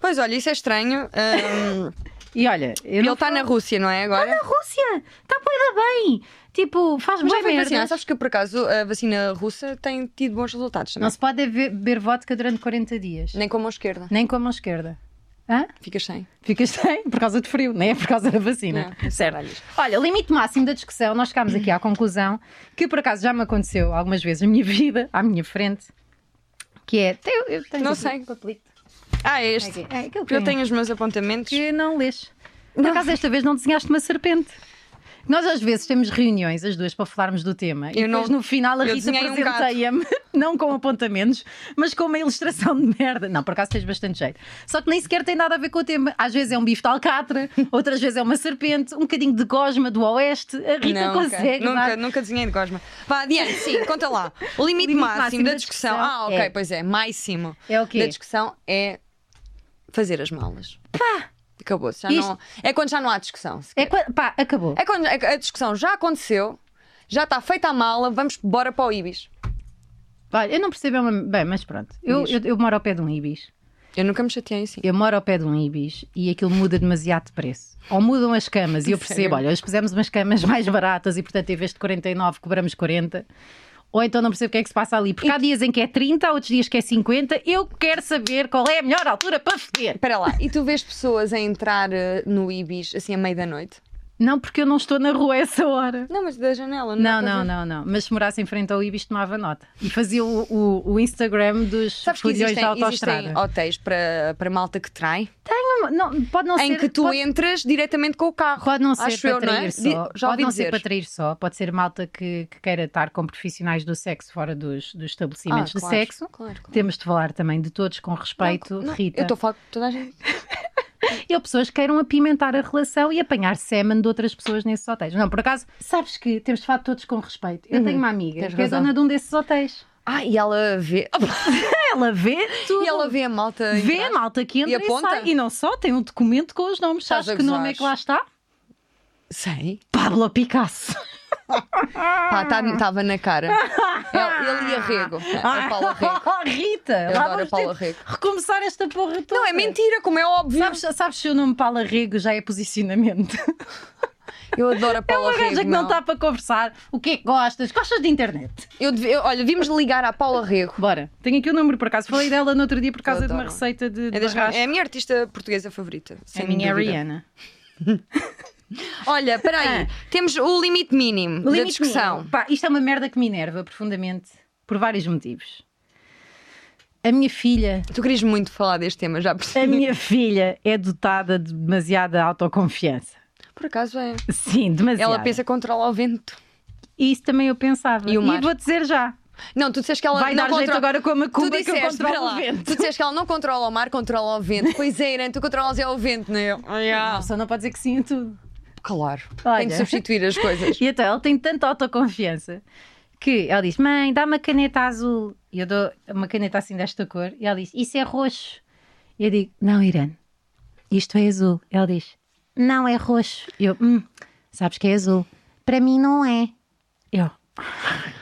Speaker 2: Pois olha, isso é estranho. Ahm,
Speaker 1: E olha, eu
Speaker 2: ele
Speaker 1: não
Speaker 2: está
Speaker 1: falo-
Speaker 2: na Rússia, não é? Agora?
Speaker 1: na Rússia, está bué da bem. Tipo, faz
Speaker 2: Mas
Speaker 1: bué
Speaker 2: já foi
Speaker 1: merda.
Speaker 2: vacinado. Sabes que por acaso a vacina russa tem tido bons resultados também.
Speaker 1: Não se pode haver- beber vodka durante 40 dias.
Speaker 2: Nem com a mão esquerda.
Speaker 1: Nem com a mão esquerda. Hã?
Speaker 2: Ficas sem.
Speaker 1: Ficas sem por causa de frio, não é por causa da vacina.
Speaker 2: Não,
Speaker 1: certo. Olha, limite máximo da discussão, nós chegámos aqui à conclusão que por acaso já me aconteceu algumas vezes na minha vida, à minha frente, que é. Eu, eu tenho
Speaker 2: Não
Speaker 1: aqui
Speaker 2: sei.
Speaker 1: um papelito.
Speaker 2: Ah, é este.
Speaker 1: É aquele que
Speaker 2: Eu tenho os meus apontamentos.
Speaker 1: que não lês. Por acaso desta vez não desenhaste uma serpente. Nós às vezes temos reuniões, as duas, para falarmos do tema. e
Speaker 2: Eu
Speaker 1: depois
Speaker 2: não-
Speaker 1: no final a Rita
Speaker 2: eu desenhei um gato.
Speaker 1: presenteia-me, não com apontamentos, mas com uma ilustração de merda. Não, por acaso tens bastante jeito. Só que nem sequer tem nada a ver com o tema. Às vezes é um bife de alcatra, outras vezes é uma serpente, um bocadinho de gosma do oeste. A Rita
Speaker 2: Não, nunca.
Speaker 1: consegue.
Speaker 2: Nunca,
Speaker 1: dar-
Speaker 2: nunca desenhei de gosma. Vá, adiante, sim, conta lá. O limite,
Speaker 1: Limite
Speaker 2: máximo, da discussão. Ah, ok,
Speaker 1: é.
Speaker 2: pois é, máximo.
Speaker 1: É o quê?
Speaker 2: Da discussão é fazer as malas. Pá! Acabou-se. já
Speaker 1: Isto-
Speaker 2: não- É quando já não há discussão.
Speaker 1: É qua- pá, acabou.
Speaker 2: É quando a a discussão já aconteceu, já está feita a mala, vamos embora para o Ibis.
Speaker 1: Olha, eu não percebo. é uma- Bem, mas pronto. Eu,
Speaker 2: Diz.
Speaker 1: eu, eu moro ao pé de um ibis.
Speaker 2: Eu nunca me chateei assim.
Speaker 1: Eu moro ao pé de um Ibis e aquilo muda demasiado de preço. Ou mudam as camas e eu percebo,
Speaker 2: Sério?
Speaker 1: olha, hoje pusemos umas camas mais baratas e portanto em vez de 49 cobramos 40. Ou então não percebo o que é que se passa ali. Porque há dias em que é 30, há outros dias que é 50. Eu quero saber qual é a melhor altura para foder.
Speaker 2: Espera lá, e tu vês pessoas a entrar eh, no Ibis assim a meio da noite?
Speaker 1: Não, porque eu não estou na rua a essa hora.
Speaker 2: Não, mas da janela,
Speaker 1: Não,
Speaker 2: dá para
Speaker 1: não,
Speaker 2: ver.
Speaker 1: não, não. Mas se morasse em frente ao Ibis, tomava nota. E fazia o, o- o Instagram dos
Speaker 2: Sabes que
Speaker 1: foliões da
Speaker 2: existem,
Speaker 1: autostrada.
Speaker 2: existem hotéis para, para malta que trai
Speaker 1: Não, não, pode não
Speaker 2: em
Speaker 1: ser.
Speaker 2: que tu
Speaker 1: pode-
Speaker 2: entras diretamente com o carro.
Speaker 1: Pode não ser
Speaker 2: Acho
Speaker 1: para
Speaker 2: eu, não
Speaker 1: trair
Speaker 2: é?
Speaker 1: só.
Speaker 2: Di- Já
Speaker 1: pode
Speaker 2: ouvi
Speaker 1: não ser
Speaker 2: dizer.
Speaker 1: para trair só. Pode ser malta que, que queira estar com profissionais do sexo fora dos, dos
Speaker 2: Ah,
Speaker 1: estabelecimentos de
Speaker 2: claro,
Speaker 1: sexo.
Speaker 2: Claro, claro.
Speaker 1: Temos de falar também de todos com respeito,
Speaker 2: Não, não,
Speaker 1: Rita.
Speaker 2: Eu estou a falar com toda a gente.
Speaker 1: E há pessoas que queiram apimentar a relação e apanhar semen de outras pessoas nesses hotéis. Não, por acaso, sabes que temos de falar de todos com respeito. Eu
Speaker 2: Uhum,
Speaker 1: tenho uma amiga
Speaker 2: tens
Speaker 1: que é
Speaker 2: razão.
Speaker 1: dona de um desses hotéis.
Speaker 2: Ah, e ela vê.
Speaker 1: Ela vê tudo.
Speaker 2: e ela vê a malta.
Speaker 1: Vê a
Speaker 2: entrar.
Speaker 1: malta que entra e,
Speaker 2: aponta?
Speaker 1: sai. E não só, tem um documento com os nomes.
Speaker 2: Estás
Speaker 1: Sabes
Speaker 2: a
Speaker 1: que nome
Speaker 2: gozar.
Speaker 1: é que lá está?
Speaker 2: Sei.
Speaker 1: Pablo Picasso.
Speaker 2: Pá, estava na cara. Ele, ele e a Rego. É, A Paula Rego.
Speaker 1: Oh, Rita,
Speaker 2: Eu
Speaker 1: lá
Speaker 2: adoro
Speaker 1: vamos
Speaker 2: a
Speaker 1: ter
Speaker 2: Paula
Speaker 1: de
Speaker 2: Rego.
Speaker 1: recomeçar esta porra toda.
Speaker 2: Não, é mentira, como é óbvio.
Speaker 1: Sabes, sabes se o nome Paula Rego já é posicionamento.
Speaker 2: Eu adoro a
Speaker 1: É
Speaker 2: Paula
Speaker 1: uma
Speaker 2: Rego.
Speaker 1: gaja que não está para conversar. O que é que gostas? Gostas de internet?
Speaker 2: Eu devia- eu- olha, vimos ligar à Paula Rego.
Speaker 1: Bora, tenho aqui o número por acaso. Falei dela no outro dia por causa de uma
Speaker 2: adoro.
Speaker 1: receita de, de
Speaker 2: É, das-
Speaker 1: arrasto.
Speaker 2: é a minha artista portuguesa favorita.
Speaker 1: É
Speaker 2: sem
Speaker 1: a minha
Speaker 2: dúvida.
Speaker 1: Rihanna.
Speaker 2: Olha, peraí. Temos o Ah. limite mínimo da
Speaker 1: Limite
Speaker 2: discussão.
Speaker 1: mínimo. Pá, isto é uma merda que me enerva profundamente por vários motivos. A minha filha
Speaker 2: Tu querias muito falar deste tema, já
Speaker 1: A
Speaker 2: percebi.
Speaker 1: minha filha é dotada de demasiada autoconfiança.
Speaker 2: Por acaso é.
Speaker 1: Sim, demasiada.
Speaker 2: Ela pensa que controla o vento.
Speaker 1: E isso também eu pensava.
Speaker 2: E o mar?
Speaker 1: vou dizer já.
Speaker 2: Não, tu disseste que ela
Speaker 1: Vai
Speaker 2: não
Speaker 1: dar jeito
Speaker 2: controla...
Speaker 1: agora com a
Speaker 2: Tu
Speaker 1: macumba que eu
Speaker 2: disseste, espera
Speaker 1: controlo
Speaker 2: lá,
Speaker 1: o vento.
Speaker 2: Tu disseste que ela não controla o mar, controla o vento. Pois é, Irã, tu controlas é o vento, não é? eu? Ah,
Speaker 1: A
Speaker 2: yeah.
Speaker 1: pessoa não pode dizer que sim a tudo.
Speaker 2: Claro.
Speaker 1: Olha.
Speaker 2: Tem de substituir as coisas.
Speaker 1: E então ela tem tanta autoconfiança que ela diz: Mãe, dá uma caneta azul. E eu dou uma caneta assim desta cor. E ela diz: Isso é roxo. E eu digo: Não, Irene, isto é azul. Ela diz: Não é roxo. E eu: "Hum, Sabes que é azul.
Speaker 3: Para mim não é.
Speaker 1: Eu: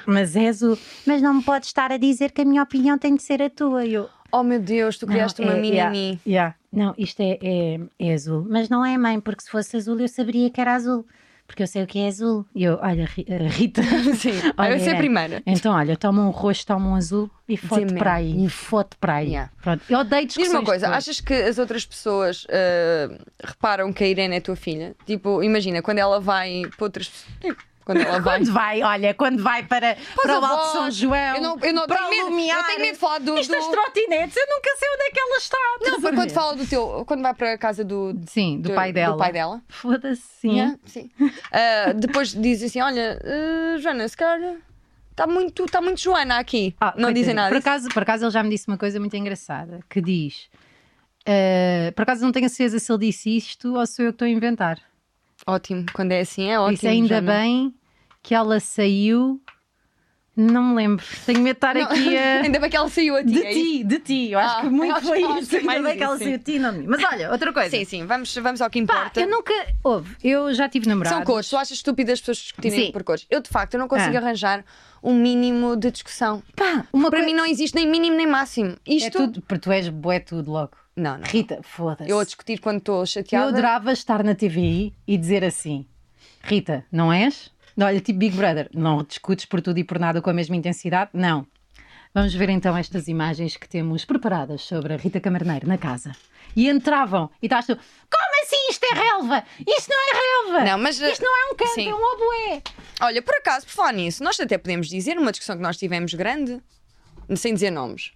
Speaker 1: Mas é azul.
Speaker 3: Mas não me podes estar a dizer que a minha opinião tem de ser a tua. Eu.
Speaker 2: Oh meu Deus, tu criaste uma mini mim.
Speaker 1: é, yeah. Não, isto é, é, é azul.
Speaker 3: Mas não é, mãe, porque se fosse azul eu saberia que era azul. Porque eu sei o que é azul.
Speaker 1: E eu, olha, Ri- eh, Rita.
Speaker 2: Sim, Ah,
Speaker 1: Olha,
Speaker 2: eu sei a
Speaker 1: Irene,
Speaker 2: primeira.
Speaker 1: Então, olha, toma um roxo, toma um azul e foto
Speaker 2: Dizem
Speaker 1: para aí. E foto para aí.
Speaker 2: Yeah.
Speaker 1: Pronto, eu odeio
Speaker 2: Diz
Speaker 1: discussões.
Speaker 2: uma coisa,
Speaker 1: de cor.
Speaker 2: achas que as outras pessoas ah, reparam que a Irene é tua filha? Tipo, imagina, quando ela vai para outras pessoas. Quando ela vai.
Speaker 1: Quando vai, olha, quando vai para, para o
Speaker 2: eu
Speaker 1: Alto de São
Speaker 2: volto.
Speaker 1: João,
Speaker 2: Eu não- eu não
Speaker 1: para é
Speaker 2: tenho medo- eu
Speaker 1: o Lumiar,
Speaker 2: tenho medo de falar do-
Speaker 1: estas
Speaker 2: do-
Speaker 1: trotinetes, eu nunca sei onde é que ela está.
Speaker 2: Não,
Speaker 1: estás a
Speaker 2: foi quando
Speaker 1: ver?
Speaker 2: fala do teu. Quando vai para a casa do.
Speaker 1: Sim, do, pai dela.
Speaker 2: Do pai dela.
Speaker 1: Foda-se, sim.
Speaker 2: Yeah, sim. Ah, depois dizem assim: olha, eh, Joana, se calhar. Está muito, tá muito Joana aqui.
Speaker 1: Ah,
Speaker 2: não
Speaker 1: coitadinho.
Speaker 2: dizem nada.
Speaker 1: Por acaso, por acaso ele já me disse uma coisa muito engraçada que diz. eh, por acaso não tenho a certeza se ele disse isto ou sou eu que estou a inventar.
Speaker 2: Ótimo, quando é assim é
Speaker 1: Por
Speaker 2: ótimo.
Speaker 1: Isso ainda
Speaker 2: Joana.
Speaker 1: bem que ela saiu. Não me lembro. Tenho medo de estar
Speaker 2: Não,
Speaker 1: aqui a.
Speaker 2: Ainda bem que ela saiu a ti.
Speaker 1: De
Speaker 2: é isso?
Speaker 1: ti, de ti. Eu acho
Speaker 2: Ah,
Speaker 1: que muito
Speaker 2: acho
Speaker 1: foi
Speaker 2: que ela
Speaker 1: isso.
Speaker 2: tem
Speaker 1: Ainda
Speaker 2: mais
Speaker 1: bem que
Speaker 2: isso,
Speaker 1: ela
Speaker 2: sim.
Speaker 1: saiu de ti, não de mim. Mas olha, outra coisa.
Speaker 2: Sim, sim, vamos, vamos ao que
Speaker 1: Pá,
Speaker 2: importa.
Speaker 1: eu nunca. Houve, eu já tive namorado.
Speaker 2: São cores, tu achas estúpido as pessoas discutirem
Speaker 1: Sim.
Speaker 2: por cores. Eu, de facto, eu não consigo
Speaker 1: Ah.
Speaker 2: arranjar um mínimo de discussão.
Speaker 1: Pá, uma
Speaker 2: Para
Speaker 1: coisa.
Speaker 2: mim não existe nem mínimo nem máximo. Isto.
Speaker 1: É tudo, porque tu és boé tudo logo.
Speaker 2: Não, não.
Speaker 1: Rita, foda-se.
Speaker 2: Eu a discutir quando estou
Speaker 1: Eu
Speaker 2: chateada.
Speaker 1: adorava estar na TVI e dizer assim: Rita, não és? Olha, tipo Big Brother, não discutes por tudo e por nada com a mesma intensidade? Não. Vamos ver então estas imagens que temos preparadas sobre a Rita Camarneiro na casa. E entravam e estás tu: Como assim isto é relva? Isto não é relva!
Speaker 2: Não, mas,
Speaker 1: Isto não é um canto,
Speaker 2: Sim.
Speaker 1: é um oboé!
Speaker 2: Olha, por acaso, por falar nisso, nós até podemos dizer uma discussão que nós tivemos grande, sem dizer nomes.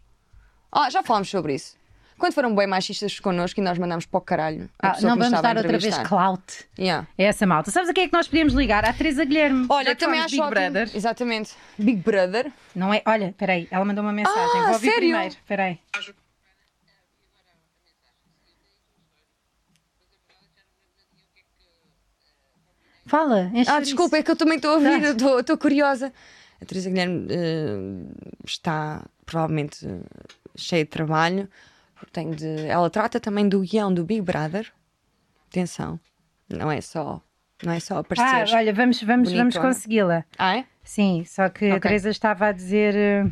Speaker 2: Ah, já falámos sobre isso. Quando foram bem machistas connosco e nós mandámos para o caralho.
Speaker 1: Ah,
Speaker 2: a pessoa
Speaker 1: não
Speaker 2: que nos
Speaker 1: vamos
Speaker 2: estava a
Speaker 1: dar outra vez
Speaker 2: entrevistar.
Speaker 1: clout.
Speaker 2: Yeah.
Speaker 1: É essa malta. Sabes a quem é que nós podíamos ligar? À Teresa Guilherme.
Speaker 2: Olha,
Speaker 1: Já que
Speaker 2: também
Speaker 1: falámos
Speaker 2: acho
Speaker 1: de Big
Speaker 2: ótimo.
Speaker 1: Brother.
Speaker 2: Exatamente. Big Brother.
Speaker 1: Não é? Olha, peraí, ela mandou uma mensagem.
Speaker 2: Ah,
Speaker 1: Vou ouvir
Speaker 2: sério?
Speaker 1: primeiro. Peraí. Fala, enche
Speaker 2: Ah,
Speaker 1: chouriço.
Speaker 2: desculpa, é que eu também estou a ouvir,
Speaker 1: Tá.
Speaker 2: eu estou- eu estou curiosa. A Teresa Guilherme eh, está provavelmente eh, cheia de trabalho, porque tem de. Ela trata também do guião do Big Brother. Atenção, não é só, não é só
Speaker 1: Ah,
Speaker 2: aparecer.
Speaker 1: olha, vamos, vamos,
Speaker 2: Bonitona.
Speaker 1: vamos consegui-la.
Speaker 2: Ah, é?
Speaker 1: Sim, só que a
Speaker 2: Ok.
Speaker 1: Teresa estava a dizer. eh,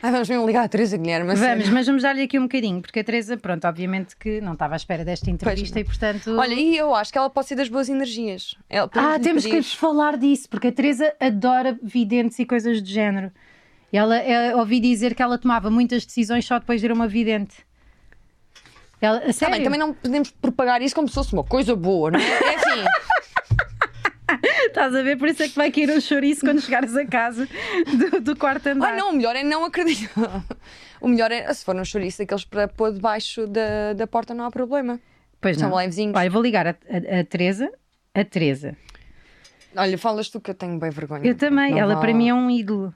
Speaker 2: Ai, Ah, vamos mesmo ligar à Teresa Guilherme. a sério.
Speaker 1: Vamos, mas vamos dar-lhe aqui um bocadinho, porque a Teresa, pronto, obviamente que não estava à espera desta entrevista e portanto.
Speaker 2: Olha, e eu acho que ela pode ser das boas energias. Ela, podemos
Speaker 1: Ah,
Speaker 2: lhe
Speaker 1: temos que
Speaker 2: pedir-
Speaker 1: falar disso, porque a Teresa adora videntes e coisas do género. E Ela eh, ouvi dizer que ela tomava muitas decisões só depois de ir a uma vidente. Ela, a
Speaker 2: Tá
Speaker 1: sério?
Speaker 2: bem, também não podemos propagar isso como se fosse uma coisa boa, não é? É assim.
Speaker 1: Estás a ver? Por isso é que vai cair um chouriço quando chegares a casa do, do quarto andar.
Speaker 2: Ah, não, o melhor é não acreditar. O melhor é, se for um chouriço daqueles para pôr debaixo da, da porta, não há problema.
Speaker 1: Pois
Speaker 2: São
Speaker 1: não.
Speaker 2: levezinhos.
Speaker 1: Olha, vou ligar a, a, a Teresa. A Teresa.
Speaker 2: Olha, falas tu que eu tenho bem vergonha.
Speaker 1: Eu também.
Speaker 2: Hum, Não
Speaker 1: ela
Speaker 2: vá-
Speaker 1: para mim é um ídolo.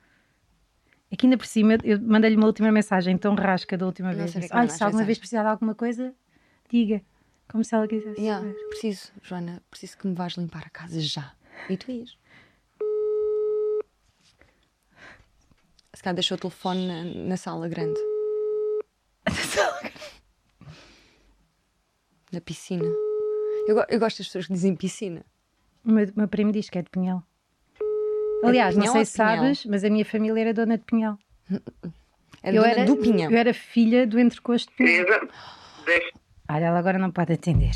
Speaker 1: Aqui ainda por cima, eu eu mandei-lhe uma última mensagem tão rasca da última
Speaker 2: Não
Speaker 1: vez.
Speaker 2: sei o que é
Speaker 1: Disse,
Speaker 2: que
Speaker 1: Olha,
Speaker 2: mandaste,
Speaker 1: se alguma
Speaker 2: mensagem.
Speaker 1: vez precisar de alguma coisa, diga. Como se ela quisesse.
Speaker 2: Yeah,
Speaker 1: saber.
Speaker 2: preciso, Joana, preciso que me vás limpar a casa já. E tu ias. Se calhar deixou o telefone na, na sala grande, na piscina. Eu, go- eu gosto das pessoas que dizem piscina.
Speaker 1: O meu, o meu primo diz que é de Pinhel. Aliás,
Speaker 2: Pinhel
Speaker 1: não sei
Speaker 2: ou
Speaker 1: se
Speaker 2: Pinhal?
Speaker 1: sabes, mas a minha família era dona de Pinhel.
Speaker 2: Era, É dona do pinhão.
Speaker 1: Eu era filha do entrecosto de Pinhel.
Speaker 4: Teresa, deixa-
Speaker 1: Olha, ela agora não pode atender.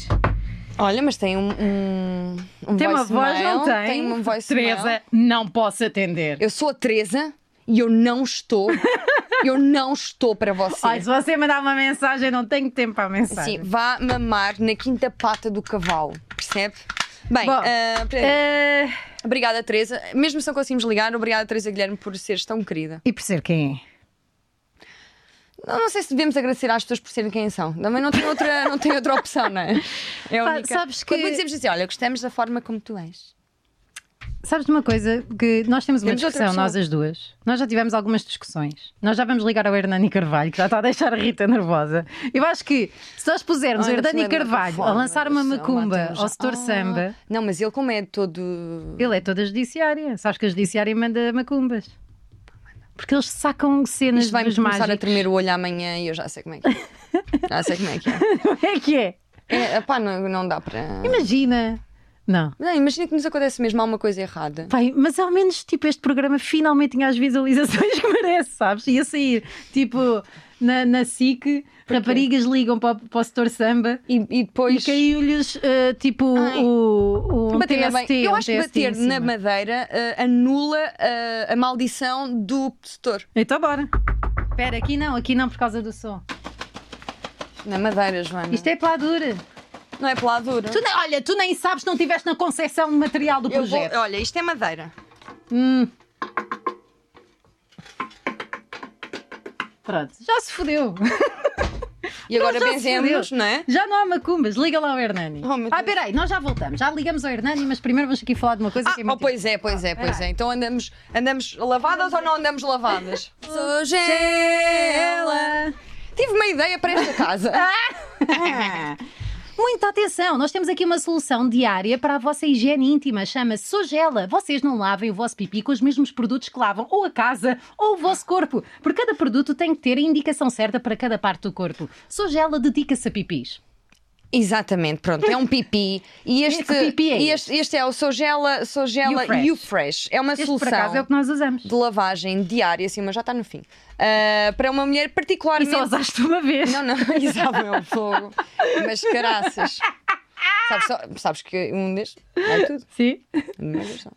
Speaker 2: Olha, mas tem um. um, um
Speaker 1: tem uma voz,
Speaker 2: voicemail,
Speaker 1: não tem?
Speaker 2: Tem uma voz
Speaker 1: Teresa, não posso atender.
Speaker 2: Eu sou a Teresa e eu não estou. eu não estou para você.
Speaker 1: Olha, se você mandar uma mensagem, não tenho tempo para a mensagem.
Speaker 2: Sim, vá mamar na quinta pata do cavalo, percebe? Bem,
Speaker 1: Bom,
Speaker 2: ah, peraí.
Speaker 1: Eh,
Speaker 2: obrigada Teresa. Mesmo se não conseguimos ligar, obrigada Teresa Guilherme por seres tão querida.
Speaker 1: E por ser quem é?
Speaker 2: Não, não sei se devemos agradecer às pessoas por serem quem são. Também não tem outra, não tem outra opção, não é? É a
Speaker 1: Pá,
Speaker 2: única.
Speaker 1: sabes que-
Speaker 2: Quando muito dizemos assim, olha, gostamos da forma como tu és.
Speaker 1: Sabes de uma coisa? Que nós temos uma
Speaker 2: Temos outra
Speaker 1: discussão,
Speaker 2: pessoa.
Speaker 1: nós as duas. Nós já tivemos algumas discussões. Nós já vamos ligar ao Hernani Carvalho, que já está a deixar a Rita nervosa. Eu acho que se nós pusermos o
Speaker 2: Olha,
Speaker 1: Hernani
Speaker 2: se lembra,
Speaker 1: Carvalho a
Speaker 2: fala,
Speaker 1: lançar uma
Speaker 2: se-
Speaker 1: macumba
Speaker 2: matem-nos.
Speaker 1: ao setor
Speaker 2: é Ah,
Speaker 1: samba,
Speaker 2: Não, mas ele, como é todo.
Speaker 1: ele é toda judiciária. Sabes que a judiciária manda macumbas. Porque eles sacam cenas
Speaker 2: Isto vai-me
Speaker 1: dos
Speaker 2: começar
Speaker 1: mágicos.
Speaker 2: a tremer o olho amanhã e eu já sei como é que é. já sei como é que é.
Speaker 1: Como é que é?
Speaker 2: É, pá, não, não dá para.
Speaker 1: Imagina. Não.
Speaker 2: Não, imagina que nos acontece mesmo alguma coisa errada.
Speaker 1: Pai, mas ao menos tipo, este programa finalmente tinha as visualizações que merece, sabes? Ia sair tipo na, na SIC, raparigas ligam para, o- para o setor samba
Speaker 2: E, e depois.
Speaker 1: e caiu-lhes eh, tipo
Speaker 2: Ai.
Speaker 1: o, o um
Speaker 2: bater
Speaker 1: TST,
Speaker 2: na madeira. Eu
Speaker 1: um
Speaker 2: acho que
Speaker 1: TST em
Speaker 2: bater na
Speaker 1: cima.
Speaker 2: madeira eh, anula eh, a maldição do setor.
Speaker 1: Então bora. Espera, aqui não, aqui não por causa do som.
Speaker 2: Na madeira, Joana.
Speaker 1: Isto é pá dura.
Speaker 2: Não é pela dura.
Speaker 1: Tu nem- olha, tu nem sabes, não estiveste na concepção de material do
Speaker 2: Eu vou-
Speaker 1: projeto.
Speaker 2: olha, isto é madeira.
Speaker 1: Pronto, já se fodeu.
Speaker 2: E agora
Speaker 1: já se
Speaker 2: benzemos, não é?
Speaker 1: Já não há macumbas, liga lá ao Hernani.
Speaker 2: Oh, meu
Speaker 1: ah,
Speaker 2: Deus.
Speaker 1: peraí, nós já voltamos, já ligamos ao Hernani, mas primeiro vamos aqui falar de uma coisa
Speaker 2: Ah,
Speaker 1: que é
Speaker 2: oh,
Speaker 1: muito
Speaker 2: pois é, pois é, pois é. Então andamos, andamos lavadas ou não andamos lavadas? Sou gela. Tive uma ideia para esta casa.
Speaker 1: Ah! Muita atenção, nós temos aqui uma solução diária para a vossa higiene íntima, chama-se Sogela. Vocês não lavem o vosso pipi com os mesmos produtos que lavam ou a casa ou o vosso corpo, porque cada produto tem que ter a indicação certa para cada parte do corpo. Sogela dedica-se a pipis.
Speaker 2: Exatamente, pronto, é um pipi. E este,
Speaker 1: Que pipi é
Speaker 2: e este, este é o Sogela, Sogela
Speaker 1: You Fresh.
Speaker 2: You Fresh. É uma
Speaker 1: Este,
Speaker 2: solução
Speaker 1: por acaso, é o que nós usamos.
Speaker 2: de lavagem diária, assim, mas já está no fim. Ah, para uma mulher
Speaker 1: E
Speaker 2: particularmente.
Speaker 1: só usaste uma vez.
Speaker 2: Não, não, isso é o meu fogo. Mas caraças. Sabes, só- sabes que um destes vai tudo.
Speaker 1: Sim?
Speaker 2: Uma vez só.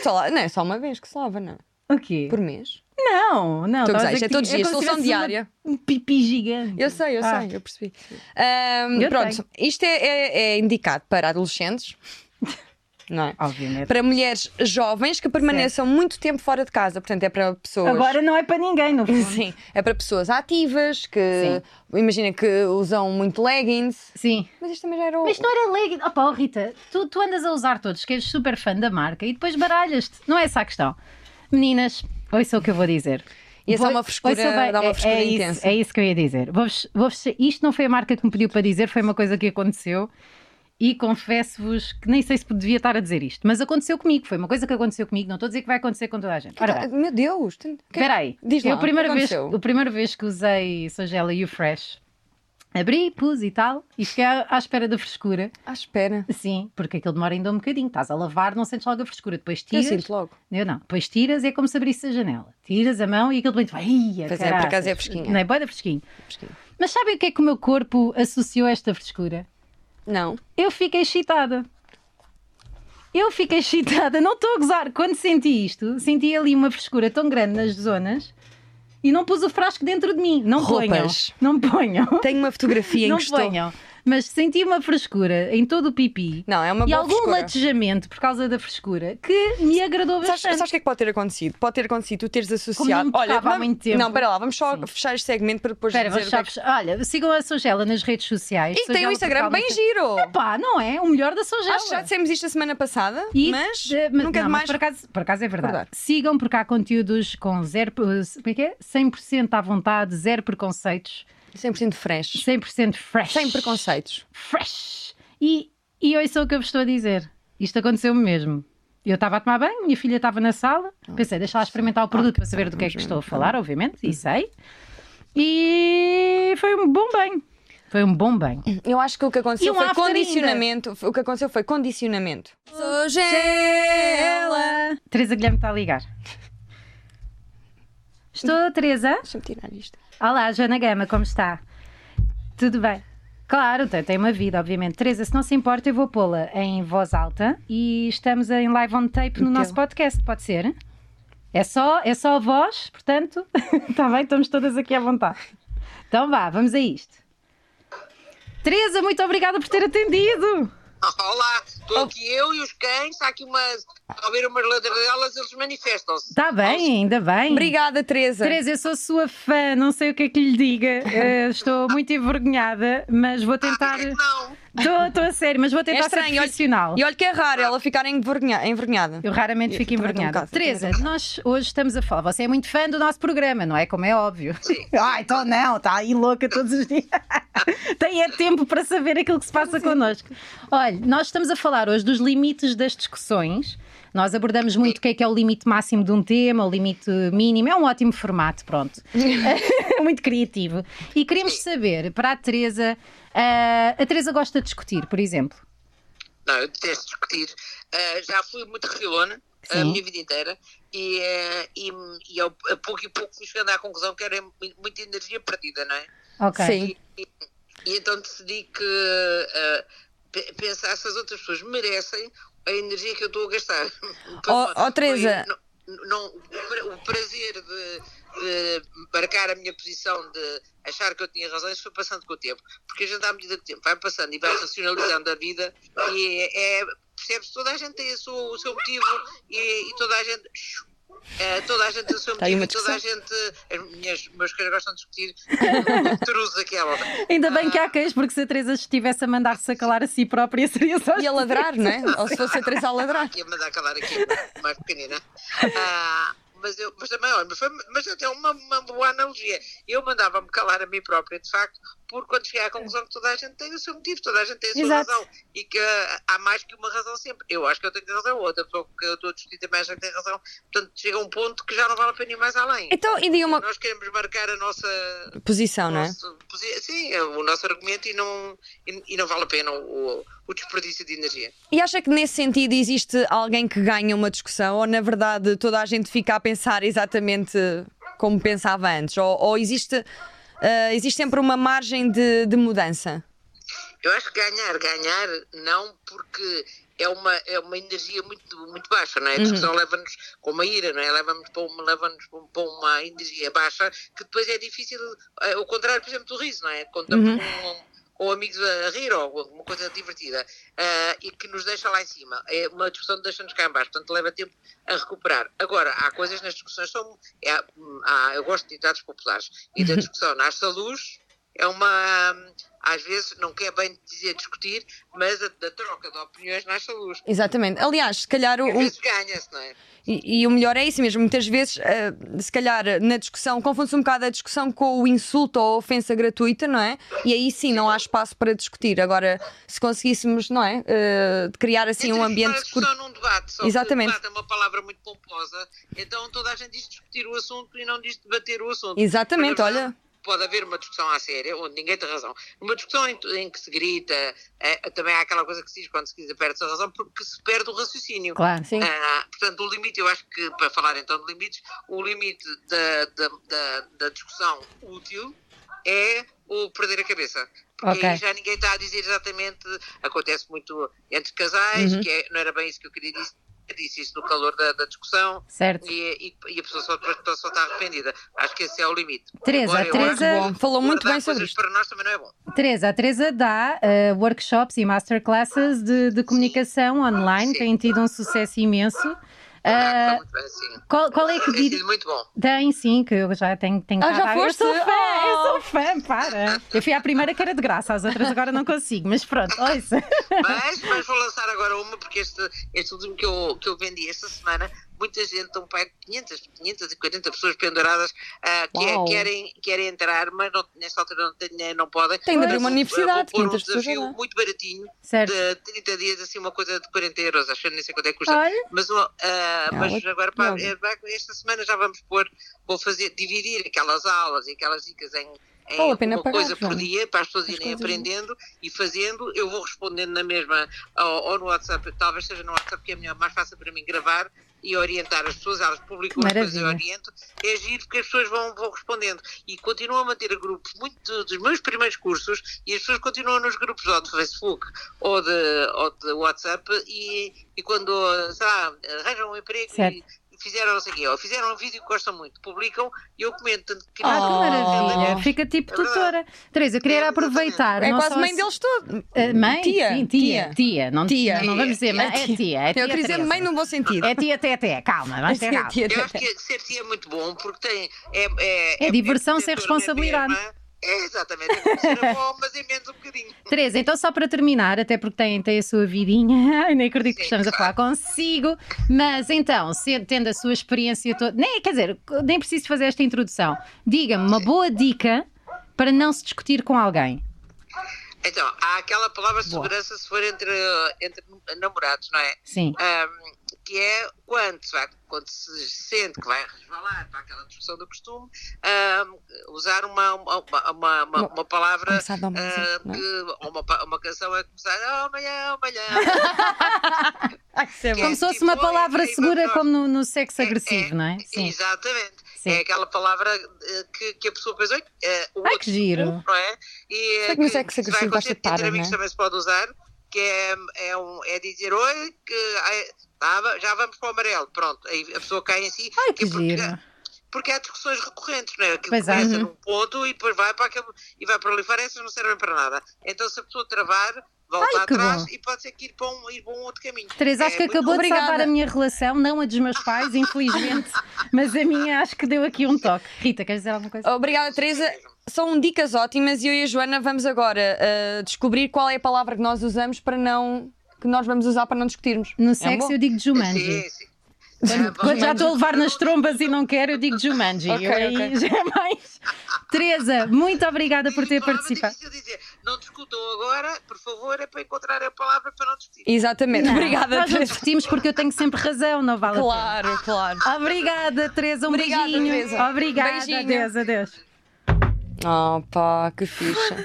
Speaker 2: Só lá- não é só uma vez que se lava, não. é?
Speaker 1: O quê?
Speaker 2: Por mês.
Speaker 1: Não, não.
Speaker 2: Estou
Speaker 1: estava
Speaker 2: a gozar,
Speaker 1: a dizer
Speaker 2: isto é
Speaker 1: que
Speaker 2: todos os
Speaker 1: tinha-
Speaker 2: dias,
Speaker 1: como se
Speaker 2: solução
Speaker 1: tivesse uma-
Speaker 2: diária.
Speaker 1: Um pipi gigante.
Speaker 2: Eu sei, eu
Speaker 1: Ah.
Speaker 2: sei, eu percebi. Ahm,
Speaker 1: Eu
Speaker 2: pronto, isto é, é- é indicado para adolescentes, não é?
Speaker 1: Obviamente.
Speaker 2: Para mulheres jovens que permaneçam muito tempo fora de casa, portanto é para pessoas.
Speaker 1: Agora não é para ninguém, não
Speaker 2: Sim, é para pessoas ativas que imagina que usam muito leggings.
Speaker 1: Sim.
Speaker 2: Mas isto também já era o.
Speaker 1: Mas não era legging. Opa, oh, Rita, tu, tu andas a usar todos, que és super fã da marca e depois baralhas-te. Não é essa a questão. Meninas, ouça o que eu vou dizer.
Speaker 2: E essa é
Speaker 1: Vou-
Speaker 2: uma frescura-
Speaker 1: ouça bem,
Speaker 2: dá uma
Speaker 1: é-
Speaker 2: frescura
Speaker 1: é, isso-
Speaker 2: intensa.
Speaker 1: é isso que eu ia dizer. Vou-vos- vou-vos- isto não foi a marca que me pediu para dizer, foi uma coisa que aconteceu. E confesso-vos que nem sei se devia estar a dizer isto, mas aconteceu comigo. Foi uma coisa que aconteceu comigo. Não estou a dizer que vai acontecer com toda a gente. Ora bem.
Speaker 2: Ah, Meu Deus! tem- que-
Speaker 1: Espera aí.
Speaker 2: Diz lá,
Speaker 1: eu a primeira
Speaker 2: o que
Speaker 1: vez,
Speaker 2: aconteceu?
Speaker 1: a primeira vez que usei Sogela e o Fresh, abri, pus e tal, e fiquei à, à espera da frescura.
Speaker 2: À Ah, espera.
Speaker 1: Sim, porque aquilo demora ainda um bocadinho. Estás a lavar, não sentes logo a frescura. Depois
Speaker 2: Eu
Speaker 1: tiras.
Speaker 2: sinto logo.
Speaker 1: Eu não. Depois tiras e é como se abrisse a janela. Tiras a mão e aquilo bem vai. Ia,
Speaker 2: Pois é, por
Speaker 1: caraças.
Speaker 2: acaso é fresquinho.
Speaker 1: Não é? Boa fresquinho. Mas sabem o que é que o meu corpo associou a esta frescura?
Speaker 2: Não.
Speaker 1: Eu fiquei excitada. Eu fiquei excitada, não estou a gozar. Quando senti isto, senti ali uma frescura tão grande nas zonas e não pus o frasco dentro de mim. Não
Speaker 2: Roupas.
Speaker 1: ponham. Não ponham.
Speaker 2: Tenho uma fotografia em
Speaker 1: não
Speaker 2: que estou.
Speaker 1: ponham. Mas senti uma frescura em todo o pipi
Speaker 2: Não, é uma
Speaker 1: e
Speaker 2: boa
Speaker 1: algum
Speaker 2: frescura.
Speaker 1: latejamento por causa da frescura que me agradou
Speaker 2: Sabes,
Speaker 1: bastante.
Speaker 2: sabes o que é que pode ter acontecido? Pode ter acontecido tu teres associado.
Speaker 1: me tocava há
Speaker 2: vamos-
Speaker 1: muito tempo.
Speaker 2: Não, espera lá, vamos só
Speaker 1: Sim.
Speaker 2: fechar este segmento para depois
Speaker 1: Espera,
Speaker 2: dizer.
Speaker 1: vamos
Speaker 2: o que é
Speaker 1: já fechar. Olha, sigam a Sogela nas redes sociais.
Speaker 2: que- E tem um
Speaker 1: Sogela
Speaker 2: Instagram
Speaker 1: Portugal
Speaker 2: bem
Speaker 1: no-
Speaker 2: giro.
Speaker 1: Pá, não é? O melhor da Sogela.
Speaker 2: Acho que já dissemos isto a semana passada,
Speaker 1: E-
Speaker 2: mas
Speaker 1: eh,
Speaker 2: nunca é
Speaker 1: não, mas
Speaker 2: demais.
Speaker 1: por, acaso, por acaso é verdade.
Speaker 2: Verdade.
Speaker 1: Sigam porque há conteúdos com zero. eh, Como é que é? 100% à vontade, zero preconceitos,
Speaker 2: 100% fresh.
Speaker 1: 100% fresh.
Speaker 2: Sem preconceitos.
Speaker 1: Fresh! E, e ouçam o que eu vos estou a dizer. Isto aconteceu-me mesmo. Eu estava a tomar banho, minha filha estava na sala, pensei, deixa lá experimentar o produto para saber do que é que estou a falar, obviamente, e sei. E foi um bom banho. Foi um bom banho.
Speaker 2: Eu acho que o que
Speaker 1: E
Speaker 2: aconteceu
Speaker 1: um
Speaker 2: foi
Speaker 1: after ainda.
Speaker 2: condicionamento. O que aconteceu foi condicionamento.
Speaker 1: é
Speaker 2: é Sogela!
Speaker 1: Teresa Guilherme está a ligar. Estou, Teresa?
Speaker 2: Deixa-me tirar isto.
Speaker 1: Olá, Joana Gama, como está? Tudo bem? Claro, tem tem uma vida, obviamente. Teresa, se não se importa, eu vou pô-la em voz alta e estamos em live on tape no
Speaker 2: Então.
Speaker 1: nosso podcast, pode ser? É só, é só a voz, portanto, está bem, estamos todas aqui à vontade. Então vá, vamos a isto. Teresa, muito obrigada por ter atendido.
Speaker 4: Olá, estou aqui eu e os cães, há aqui umas. Ao ver umas ladradelas, eles manifestam-se.
Speaker 1: Está Tá bem, ainda bem.
Speaker 2: Obrigada, Teresa.
Speaker 1: Teresa, eu sou sua fã, não sei o que é que lhe diga. Eh, estou muito envergonhada, mas vou tentar.
Speaker 4: Ah, Não,
Speaker 1: Estou a sério, mas vou
Speaker 2: É
Speaker 1: tentar ser
Speaker 2: estranho.
Speaker 1: profissional.
Speaker 2: olha- E olha que é raro ela ficar envergonha- envergonhada.
Speaker 1: Eu raramente
Speaker 2: Eu
Speaker 1: fico
Speaker 2: também um
Speaker 1: envergonhada.
Speaker 2: não caso,
Speaker 1: Teresa,
Speaker 2: também
Speaker 1: nós hoje estamos a falar. Você é muito fã do nosso programa, não é? Como é óbvio. ah, então não, está aí louca todos os dias. Tem é tempo para saber aquilo que se passa connosco. Olha, nós estamos a falar hoje dos limites das discussões. Nós abordamos muito o que é que é o limite máximo de um tema, o limite mínimo. É um ótimo formato, pronto. É muito criativo. E queremos saber, para a Teresa, ah, a Teresa gosta de discutir, por exemplo.
Speaker 4: não, eu detesto discutir. Ah, já fui muito refilona a
Speaker 1: Sim.
Speaker 4: minha vida inteira e, ah, e, e ao- a pouco e pouco fui chegando à conclusão que era mu- muita energia perdida, não é?
Speaker 1: Ok.
Speaker 2: Sim.
Speaker 4: E, e então decidi que ah, pe- pensar se as outras pessoas merecem a energia que eu estou a gastar.
Speaker 2: Oh, oh, Teresa.
Speaker 4: Não- não- o pra- o prazer de, eh, marcar a minha posição de achar que eu tinha razões foi passando com o tempo. Porque a gente, à medida que o tempo vai passando e vai racionalizando a vida, e é, é- percebes que toda a gente tem a sua- o seu motivo e, e toda a gente. eh, toda a gente tem o seu
Speaker 2: Está aí
Speaker 4: motivo,
Speaker 2: uma
Speaker 4: e toda a gente. As minhas meus caras gostam de discutir como truz aquela.
Speaker 1: Ainda bem
Speaker 2: Ah.
Speaker 1: que há queijo, porque se a Teresa estivesse a mandar-se a calar a si própria, seria só.
Speaker 2: E a ladrar, não é? Ou se fosse a Teresa a ladrar.
Speaker 4: ia mandar calar aqui mais pequenina. Ah, mas, eu, mas também, olha, mas, foi, mas até uma, uma boa analogia. Eu mandava-me calar a mim própria, de facto, porque quando cheguei à conclusão que toda a gente tem o seu motivo, toda a gente tem a sua
Speaker 1: Exato.
Speaker 4: razão e que ah, há mais que uma razão sempre. Eu acho que eu tenho razão, outra pessoa que eu estou a discutir também acha que tem razão. Portanto, chega um ponto que já não vale a pena ir mais além.
Speaker 2: Então, e diga uma
Speaker 4: Nós queremos marcar a nossa
Speaker 2: posição, não é?
Speaker 4: nosso posi- sim, é o nosso argumento e não, e, e não vale a pena o- o- o desperdício de energia.
Speaker 2: E acha que nesse sentido existe alguém que ganha uma discussão ou na verdade toda a gente fica a pensar exatamente como pensava antes? Ou, ou existe, ah, existe sempre uma margem de, de mudança?
Speaker 4: Eu acho que ganhar, ganhar, não porque é uma, é uma energia muito, muito baixa, não é? A discussão leva-nos, como a ira, não é? Leva-nos para, uma- leva-nos para um- para uma energia baixa que depois é difícil, eh, o contrário, por exemplo, do riso, não é? Quando estamos com, com amigos a rir ou alguma coisa divertida ah, e que nos deixa lá em cima. É uma discussão que deixa-nos cá em baixo, portanto leva tempo a recuperar. Agora, há coisas nas discussões, são, é, há- eu gosto de ditados populares e da discussão nasce a luz, é uma. Às vezes não quer bem dizer discutir, mas a, da troca de opiniões nasce a luz.
Speaker 2: Exatamente. Aliás, se calhar o,
Speaker 4: Às
Speaker 2: o-
Speaker 4: vezes ganha-se, não é?
Speaker 2: e, e o melhor é isso mesmo. Muitas vezes, ah, se calhar na discussão, confunde-se um bocado a discussão com o insulto ou a ofensa gratuita, não é? E aí sim não há espaço para discutir. Agora, se conseguíssemos, não é? Ah, de criar assim um
Speaker 4: Transformar a
Speaker 2: ambiente. cor-
Speaker 4: discussão num debate, só
Speaker 2: Exatamente.
Speaker 4: que debate é uma palavra muito pomposa, então toda a gente diz discutir o assunto e não diz debater o assunto.
Speaker 2: Exatamente,
Speaker 4: Mas, na
Speaker 2: olha.
Speaker 4: verdade, Pode haver uma discussão à séria, onde ninguém tem razão. Uma discussão em, em que se grita, eh, também há aquela coisa que se diz quando se diz perde-se a razão, porque se perde o raciocínio.
Speaker 1: Claro, sim.
Speaker 4: Ah, portanto, o limite, eu acho que, para falar então de limites, o limite da, da, da, da discussão útil é o perder a cabeça. Porque
Speaker 1: Ok.
Speaker 4: aí já ninguém está a dizer exatamente. Acontece muito entre casais,
Speaker 2: Uhum.
Speaker 4: que é- não era bem isso que eu queria dizer, disse isso no calor da, da discussão.
Speaker 1: Certo.
Speaker 4: E, e- e a pessoa só, depois só está arrependida. Acho que esse é o limite.
Speaker 1: Teresa,
Speaker 4: Agora, eu acho
Speaker 1: Teresa-
Speaker 2: Bom, falou
Speaker 4: que
Speaker 2: muito
Speaker 4: guardar
Speaker 2: bem sobre
Speaker 4: coisas
Speaker 2: isto.
Speaker 4: Para nós também não é bom.
Speaker 1: Teresa, a Teresa dá eh, workshops e masterclasses de, de comunicação online,
Speaker 4: Sim.
Speaker 1: têm tido um sucesso imenso.
Speaker 4: Está
Speaker 1: Ah,
Speaker 4: muito bem, sim.
Speaker 1: qual, qual é que
Speaker 4: Tem
Speaker 1: diria?
Speaker 4: sido muito bom.
Speaker 1: Tem, sim, que eu já tenho, tenho
Speaker 2: Ah,
Speaker 1: cá
Speaker 2: já
Speaker 1: várias. Eu
Speaker 2: foste?
Speaker 1: sou fã, eu
Speaker 2: Oh!
Speaker 1: sou fã, para. Eu fui à primeira que era de graça, às outras agora não consigo, mas pronto, ouça.
Speaker 4: Mas, mas vou lançar agora uma, porque este, este último que eu, que eu vendi esta semana, muita gente, um pai de 500, 540 pessoas penduradas ah, que
Speaker 2: Uau.
Speaker 4: querem, querem entrar, mas não, nesta altura não, têm dinheiro, não podem.
Speaker 2: Tem de abrir
Speaker 4: Mas
Speaker 2: uma
Speaker 4: eu,
Speaker 2: universidade,
Speaker 4: Vou pôr um
Speaker 2: 500 pessoas
Speaker 4: desafio
Speaker 2: já dá.
Speaker 4: muito baratinho,
Speaker 1: Certo.
Speaker 4: de 30 dias, assim, uma coisa de 40 euros, acho que nem sei quanto é que custa.
Speaker 1: Olha.
Speaker 4: Mas, ó, ah,
Speaker 2: Não,
Speaker 4: mas
Speaker 2: outra-
Speaker 4: agora, pá,
Speaker 2: não.
Speaker 4: é, vai- esta semana já vamos pôr, vou fazer, dividir aquelas aulas e aquelas dicas em. em
Speaker 2: Vale a pena
Speaker 4: uma
Speaker 2: pagar,
Speaker 4: coisa por
Speaker 2: Joana.
Speaker 4: dia para as pessoas
Speaker 2: As
Speaker 4: irem
Speaker 2: coisas-
Speaker 4: aprendendo e fazendo, eu vou respondendo na mesma ou, ou no WhatsApp, talvez seja no WhatsApp que é melhor, mais fácil para mim gravar e orientar as pessoas, elas publicam as coisas, eu
Speaker 1: Maravilha.
Speaker 4: oriento, é giro porque as pessoas vão, vão respondendo e continuo a manter grupos, muito dos meus primeiros cursos e as pessoas continuam nos grupos ou de Facebook ou de, ou de WhatsApp e, e quando, sei lá, arranjam um emprego
Speaker 1: Certo.
Speaker 4: e fizeram não sei o quê, ou fizeram um vídeo que gostam muito, publicam e eu comento. tanto que-
Speaker 1: Ah,
Speaker 2: Oh.
Speaker 1: que maravilha! Fica tipo
Speaker 4: É verdade.
Speaker 1: tutora. Teresa, eu queria era aproveitar.
Speaker 2: É
Speaker 1: não
Speaker 2: quase
Speaker 1: só
Speaker 2: mãe
Speaker 1: esse-
Speaker 2: deles todo.
Speaker 1: Ah, mãe?
Speaker 2: Tia,
Speaker 1: Sim, tia,
Speaker 2: tia.
Speaker 1: tia. Não,
Speaker 2: Tia.
Speaker 1: não vamos dizer,
Speaker 4: Tia.
Speaker 1: mãe, é tia. É tia
Speaker 2: Eu queria dizer
Speaker 1: Teresa.
Speaker 2: mãe no bom sentido.
Speaker 1: É tia Tete, calma, vamos ter calma.
Speaker 2: Tia
Speaker 4: Eu
Speaker 2: Teresa.
Speaker 4: acho que ser tia é muito bom porque tem. É, é,
Speaker 1: É diversão sem
Speaker 4: protetor na
Speaker 1: responsabilidade.
Speaker 4: mesma. É, exatamente. É como ser avó, mas é menos um bocadinho.
Speaker 1: Teresa, então só para terminar, até porque tem, tem a sua vidinha, ai, nem acredito que
Speaker 4: Sim,
Speaker 1: estamos a falar consigo, mas então, se- tendo a sua experiência toda, nem, quer dizer, nem preciso fazer esta introdução. Diga-me uma boa dica para não se discutir com alguém.
Speaker 4: Então, há aquela palavra segurança se for entre, entre namorados, não é?
Speaker 1: Sim.
Speaker 4: Ahm, que é quando se, vai- quando se sente que vai resvalar para aquela discussão do costume, ahm, usar uma, uma, uma, uma- uma- uma palavra.
Speaker 2: Começar a dar uma
Speaker 4: ah,
Speaker 2: canção, não é?
Speaker 4: que- ou uma, pa- uma canção é começar oh, amanhã, amanhã.
Speaker 2: Ai, que isso é bom.
Speaker 1: Como se fosse uma
Speaker 4: tipo,
Speaker 1: palavra
Speaker 4: olha, aí
Speaker 1: segura,
Speaker 4: vamos nós.
Speaker 1: como no, no sexo
Speaker 4: É,
Speaker 1: agressivo,
Speaker 4: é,
Speaker 1: não é? Sim.
Speaker 4: Exatamente.
Speaker 1: Sim.
Speaker 4: É aquela palavra eh, que, que a pessoa pensa, "Oi, eh, o
Speaker 1: Ai,
Speaker 4: outro
Speaker 1: que giro.
Speaker 4: tipo", não é? E, eh,
Speaker 2: Será que no sexo
Speaker 4: se vai
Speaker 2: agressivo basta
Speaker 4: acontecer, que entre
Speaker 2: para,
Speaker 4: amigos
Speaker 2: não é?
Speaker 4: também se pode usar, que é, é, um- é dizer, oi, que ai, tá, já vamos para o amarelo. Pronto, aí a pessoa cai em si.
Speaker 1: Ai, que
Speaker 4: porque-
Speaker 1: giro.
Speaker 4: porque há discussões recorrentes, não é? Aquilo
Speaker 1: Pois é.
Speaker 4: começa
Speaker 1: Uhum.
Speaker 4: num ponto e depois vai para aquele e vai para ali fora, essas não servem para nada. Então se a pessoa travar, volta
Speaker 1: Ai, que
Speaker 4: atrás
Speaker 1: bom.
Speaker 4: e pode ser que ir para um, ir para um outro caminho.
Speaker 1: Teresa, acho
Speaker 4: É
Speaker 1: que
Speaker 4: muito-
Speaker 1: acabou
Speaker 2: obrigada.
Speaker 1: de salvar a minha relação, não a dos meus pais, infelizmente, mas a minha acho que deu aqui um toque. Rita, queres dizer alguma coisa?
Speaker 2: Obrigada, Teresa.
Speaker 4: É
Speaker 2: São dicas ótimas e eu e a Joana vamos agora ah, descobrir qual é a palavra que nós usamos para não. que nós vamos usar para não discutirmos.
Speaker 1: No
Speaker 2: É
Speaker 1: sexo
Speaker 2: bom?
Speaker 1: eu digo Jumanji.
Speaker 4: Sim, é sim. Ah,
Speaker 1: Quando,
Speaker 4: vamos-
Speaker 1: quando já estou a levar nas
Speaker 4: vamos-
Speaker 1: trombas e não quero, eu digo Jumanji.
Speaker 2: Ok,
Speaker 1: eu aí
Speaker 2: ok.
Speaker 1: já é mais. Teresa, muito obrigada por ter
Speaker 4: Diz palavra
Speaker 1: participado.
Speaker 4: difícil de dizer. Não discutam agora, por favor, é para encontrar a palavra para não discutir.
Speaker 2: Exatamente.
Speaker 1: Não,
Speaker 2: Obrigada,
Speaker 1: Nós não
Speaker 2: Teresa.
Speaker 1: discutimos porque eu tenho sempre razão, não vale a pena.
Speaker 2: Claro, claro.
Speaker 1: Obrigada, Teresa. Um
Speaker 2: Obrigada,
Speaker 1: beijinho.
Speaker 2: Teresa.
Speaker 1: Obrigada.
Speaker 2: Beijinho.
Speaker 1: Adeus, adeus.
Speaker 2: Oh pá, que ficha.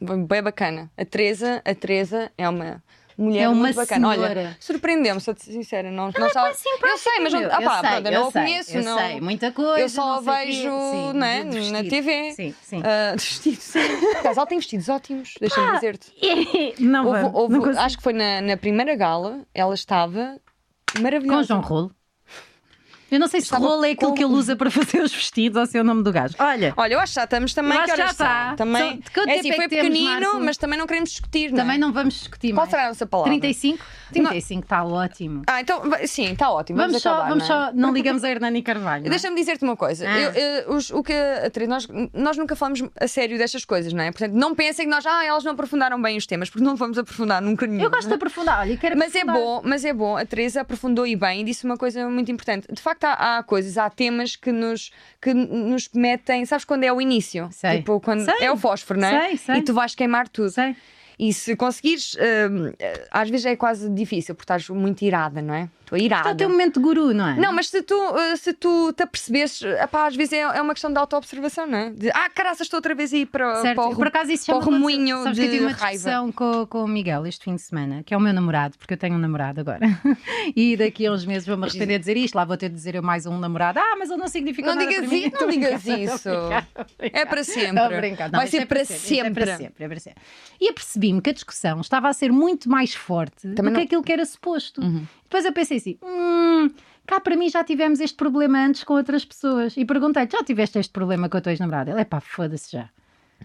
Speaker 2: Bem bacana. A Teresa, a Teresa é uma mulher
Speaker 1: É uma
Speaker 2: muito bacana.
Speaker 1: senhora. é
Speaker 2: Olha, surpreendeu-me, sou sincera. Não, não estava... Eu sei, mas não,
Speaker 1: Eu
Speaker 2: ah, pá,
Speaker 1: sei,
Speaker 2: pronto, eu
Speaker 1: eu
Speaker 2: não
Speaker 1: sei,
Speaker 2: a conheço,
Speaker 1: eu
Speaker 2: não.
Speaker 1: sei, muita coisa.
Speaker 2: Eu só
Speaker 1: não sei
Speaker 2: a
Speaker 1: o quê.
Speaker 2: vejo,
Speaker 1: Sim,
Speaker 2: né,
Speaker 1: de
Speaker 2: na
Speaker 1: vestido.
Speaker 2: TV.
Speaker 1: Sim, sim.
Speaker 2: Ah, de vestidos, sim. Por acaso, ela tem vestidos ótimos, deixa-me dizer-te.
Speaker 1: não
Speaker 2: Houve-
Speaker 1: vamos.
Speaker 2: houve-
Speaker 1: não consigo.
Speaker 2: acho que foi na, na primeira gala, ela estava maravilhosa.
Speaker 1: Com João Rolo. Eu não sei se
Speaker 2: Estava
Speaker 1: Rolo é aquilo
Speaker 2: com-
Speaker 1: que ele usa para fazer os vestidos ou se é o nome do gajo. Olha,
Speaker 2: Olha, eu acho que já estamos também.
Speaker 1: Eu
Speaker 2: que
Speaker 1: acho que já
Speaker 2: horas são?
Speaker 1: está. São-
Speaker 2: Também,
Speaker 1: de quanto
Speaker 2: é
Speaker 1: tempo
Speaker 2: assim,
Speaker 1: é
Speaker 2: foi
Speaker 1: que temos,
Speaker 2: pequenino,
Speaker 1: Marco?
Speaker 2: mas também não queremos discutir, não é?
Speaker 1: também não vamos discutir
Speaker 2: Qual
Speaker 1: mais.
Speaker 2: será a nossa palavra?
Speaker 1: 35? 35, está ótimo.
Speaker 2: Ah, então, vai- sim, está ótimo.
Speaker 1: Vamos,
Speaker 2: Vamos,
Speaker 1: só,
Speaker 2: acabar,
Speaker 1: vamos
Speaker 2: não é?
Speaker 1: só, não ligamos a Hernani Carvalho. não é?
Speaker 2: Deixa-me dizer-te uma coisa.
Speaker 1: Ah.
Speaker 2: Eu, eh, os- o que a Teresa, nós, nós nunca falamos a sério destas coisas, não é? Portanto, não pensem que nós, ah, elas não aprofundaram bem os temas, porque não vamos aprofundar nunca nenhum.
Speaker 1: Eu gosto de aprofundar, olha, eu quero
Speaker 2: Mas é
Speaker 1: aprofundar.
Speaker 2: bom, mas é bom. A Teresa aprofundou e bem e disse uma coisa muito importante. De facto, há, há coisas, há temas que nos, que nos metem. Sabes quando é o início?
Speaker 1: Sei.
Speaker 2: Tipo, quando
Speaker 1: Sei.
Speaker 2: é o fósforo, não é?
Speaker 1: Sei, sei.
Speaker 2: E tu vais queimar tudo.
Speaker 1: Sei.
Speaker 2: E se conseguires, hum, às vezes é quase difícil, porque estás muito irada, não é? Estou
Speaker 1: Está
Speaker 2: irada.
Speaker 1: o teu momento de guru, não é?
Speaker 2: Não, mas se tu, uh, se tu te apercebes, epá, às vezes é, é uma questão de autoobservação, não é? De, ah, caraças, estou outra vez aí para,
Speaker 1: Certo,
Speaker 2: para o
Speaker 1: eu,
Speaker 2: ru-
Speaker 1: por acaso isso
Speaker 2: para
Speaker 1: chama
Speaker 2: o remoinho
Speaker 1: Sabes
Speaker 2: de
Speaker 1: que eu tive uma
Speaker 2: raiva.
Speaker 1: discussão com, com o Miguel este fim de semana, que é o meu namorado, porque eu tenho um namorado agora. E daqui a uns meses vou-me arrepender de dizer isto. Lá vou ter de dizer eu mais um namorado. Ah, mas ele não significa
Speaker 2: Não
Speaker 1: nada
Speaker 2: digas
Speaker 1: para mim.
Speaker 2: isso, não digas isso. É para sempre.
Speaker 1: Não, brincar, não,
Speaker 2: Vai
Speaker 1: isto
Speaker 2: ser
Speaker 1: é
Speaker 2: para
Speaker 1: isto é
Speaker 2: sempre.
Speaker 1: para sempre, é para sempre. E apercebi-me que a discussão estava a ser muito mais forte do
Speaker 2: Também
Speaker 1: que
Speaker 2: não-
Speaker 1: aquilo que era suposto.
Speaker 2: Uhum.
Speaker 1: Depois eu pensei assim: hum, cá para mim já tivemos este problema antes com outras pessoas. E perguntei-te: já tiveste este problema com a tua ex-namorada? Ele é pá, foda-se já.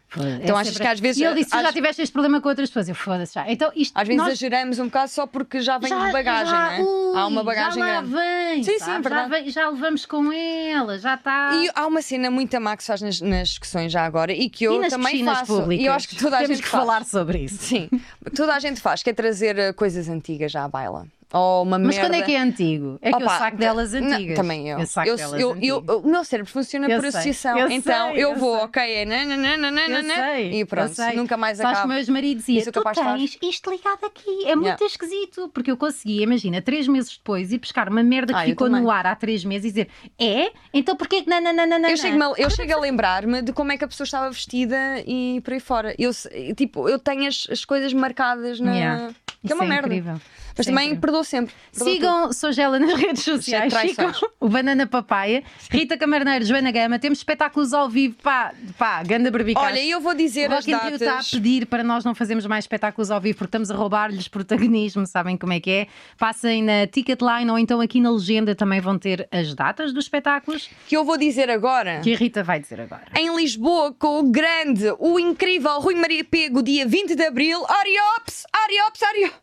Speaker 1: Foda-se,
Speaker 2: Então
Speaker 1: é
Speaker 2: achas que às vezes-
Speaker 1: E ele disse: tu já
Speaker 2: às-
Speaker 1: tiveste este problema com outras pessoas? Eu foda-se já. Então isto.
Speaker 2: Às vezes
Speaker 1: nós...
Speaker 2: exageramos um bocado só porque já vem de bagagem,
Speaker 1: já,
Speaker 2: não é? Há
Speaker 1: ui,
Speaker 2: uma bagagem
Speaker 1: já lá
Speaker 2: grande.
Speaker 1: Vem,
Speaker 2: Sim, sim,
Speaker 1: sabe? já,
Speaker 2: verdade.
Speaker 1: vem, já levamos com ela, já está.
Speaker 2: E há uma cena muito má que se faz nas, nas discussões já agora e que eu
Speaker 1: E nas
Speaker 2: também
Speaker 1: piscinas
Speaker 2: faço.
Speaker 1: públicas.
Speaker 2: E eu acho que toda a
Speaker 1: Temos
Speaker 2: gente
Speaker 1: que
Speaker 2: faz.
Speaker 1: falar sobre isso.
Speaker 2: Sim, toda a gente faz, que é trazer eh, coisas antigas já à baila. Ou uma
Speaker 1: Mas
Speaker 2: merda.
Speaker 1: quando é que é antigo? É que eu
Speaker 2: Opa,
Speaker 1: saco delas
Speaker 2: não,
Speaker 1: antigas.
Speaker 2: também eu.
Speaker 1: Eu saco
Speaker 2: eu,
Speaker 1: delas
Speaker 2: eu- eu-
Speaker 1: antigas.
Speaker 2: o meu cérebro funciona
Speaker 1: Eu
Speaker 2: por
Speaker 1: sei,
Speaker 2: associação.
Speaker 1: eu
Speaker 2: então
Speaker 1: sei,
Speaker 2: eu
Speaker 1: eu
Speaker 2: vou,
Speaker 1: sei.
Speaker 2: ok, é
Speaker 1: Eu
Speaker 2: nananana
Speaker 1: sei,
Speaker 2: e
Speaker 1: eu
Speaker 2: pronto,
Speaker 1: sei.
Speaker 2: nunca mais
Speaker 1: Sabes que o
Speaker 2: acaba.
Speaker 1: meu ex-marido dizia,
Speaker 2: Isso é
Speaker 1: tu
Speaker 2: capaz de falar.
Speaker 1: tens isto ligado aqui. É muito
Speaker 2: Yeah.
Speaker 1: esquisito. Porque eu consegui, imagina, três meses depois, ir buscar uma merda que
Speaker 2: Ah, eu
Speaker 1: ficou
Speaker 2: também.
Speaker 1: no ar há três meses e dizer, é? Então porquê que nananana?
Speaker 2: Eu chego, a, eu chego a lembrar-me de como é que a pessoa estava vestida e por aí fora. Eu, se- tipo, eu tenho as, as coisas marcadas na.
Speaker 1: Yeah.
Speaker 2: Que é uma merda.
Speaker 1: Incrível.
Speaker 2: Mas
Speaker 1: Isso é
Speaker 2: também
Speaker 1: incrível.
Speaker 2: perdoo sempre. Perdoo
Speaker 1: Sigam Sogela nas redes sociais, sigam
Speaker 2: traições.
Speaker 1: o Banana Papaya, Rita Camarneiro, Joana Gama, temos espetáculos ao vivo, pá, pá, ganda
Speaker 2: tudo.
Speaker 1: barbicaz.
Speaker 2: Olha, eu vou dizer as
Speaker 1: Rock in Rio está a
Speaker 2: datas.
Speaker 1: pedir para nós não fazermos mais espetáculos ao vivo porque estamos a roubar-lhes protagonismo, sabem como é que é? Passem na Ticketline ou então aqui na legenda também vão ter as datas dos espetáculos
Speaker 2: Que eu vou dizer agora.
Speaker 1: que a Rita vai dizer agora.
Speaker 2: Em Lisboa, com o grande, o incrível Rui Maria Pego, dia 20 de Abril. Ariops! Ariops! Ariops!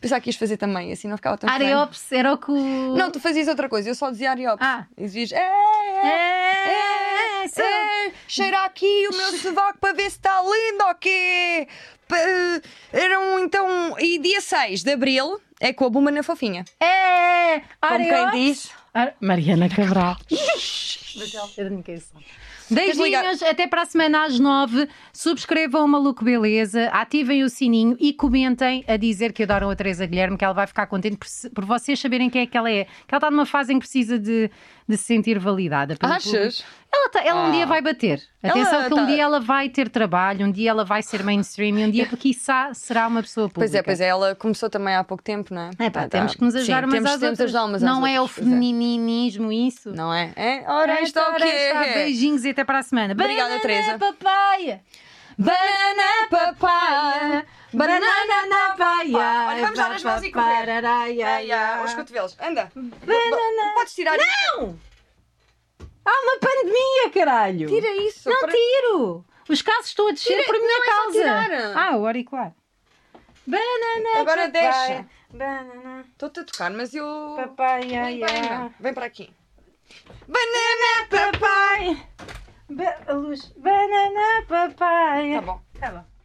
Speaker 2: Pensava que ias fazer também, assim não ficava tão estranho.
Speaker 1: Areops era o que o-
Speaker 2: Não, tu fazias outra coisa, eu só dizia Ariops.
Speaker 1: Ah.
Speaker 2: E dizias, "É, é,
Speaker 1: É,
Speaker 2: é,
Speaker 1: é, é.
Speaker 2: é, cheira aqui o meu sovaco para ver se está lindo ou quê? Pa- Eram então. E dia 6 de Abril é com a Buma na Fofinha.
Speaker 1: É,
Speaker 2: Como quem
Speaker 1: Areops.
Speaker 2: diz.
Speaker 1: Ar- Mariana Cabral. Eu não quero saber. Beijinhos, até para a semana às nove. Subscrevam o Maluco Beleza, ativem o sininho e comentem a dizer que adoram a Teresa Guilherme, que ela vai ficar contente por, se- por vocês saberem quem é que ela é. Que ela está numa fase em que precisa de, de se sentir validada. pelo público.
Speaker 2: Achas?
Speaker 1: Ela, tá- ela um
Speaker 2: Ah.
Speaker 1: dia vai bater. Atenção,
Speaker 2: Ela
Speaker 1: que um
Speaker 2: tá-
Speaker 1: dia ela vai ter trabalho, um dia ela vai ser mainstream e um dia, quiçá, será uma pessoa pública.
Speaker 2: Pois é, pois é, ela começou também há pouco tempo, não é?
Speaker 1: É pá,
Speaker 2: Tá, tá.
Speaker 1: temos que nos ajudar
Speaker 2: Sim,
Speaker 1: umas
Speaker 2: temos,
Speaker 1: às
Speaker 2: temos de
Speaker 1: outras.
Speaker 2: ajudar umas às
Speaker 1: Não é
Speaker 2: outras,
Speaker 1: o
Speaker 2: pois é.
Speaker 1: femininismo isso?
Speaker 2: Não é? é? Ora, isto o
Speaker 1: Ora, está.
Speaker 2: quê? É
Speaker 1: Beijinhos e até para a semana.
Speaker 2: Obrigada,
Speaker 1: Banana,
Speaker 2: Teresa.
Speaker 1: Papaya.
Speaker 2: Banana papaya,
Speaker 1: Banana papaya.
Speaker 2: Olha, vamos lá nas mãos e correr.
Speaker 1: Parará, ia, ia.
Speaker 2: Os cotovelos, anda. Podes tirar. Não!
Speaker 1: pandemia, caralho!
Speaker 2: Tira isso.
Speaker 1: Não
Speaker 2: para-
Speaker 1: tiro! Os casos estão a descer
Speaker 2: Tira-
Speaker 1: por minha
Speaker 2: não é só
Speaker 1: causa.
Speaker 2: tirar.
Speaker 1: Ah, o auricular. Banana.
Speaker 2: Agora
Speaker 1: papai.
Speaker 2: deixa.
Speaker 1: Banana.
Speaker 2: Estou-te a tocar, mas eu.
Speaker 1: Papai, ai,
Speaker 2: Vem para
Speaker 1: ai.
Speaker 2: cá, Vem para aqui. Banana!
Speaker 1: Papai. Ba- a luz. Banana, papai.
Speaker 2: Tá bom.
Speaker 1: Tá bom.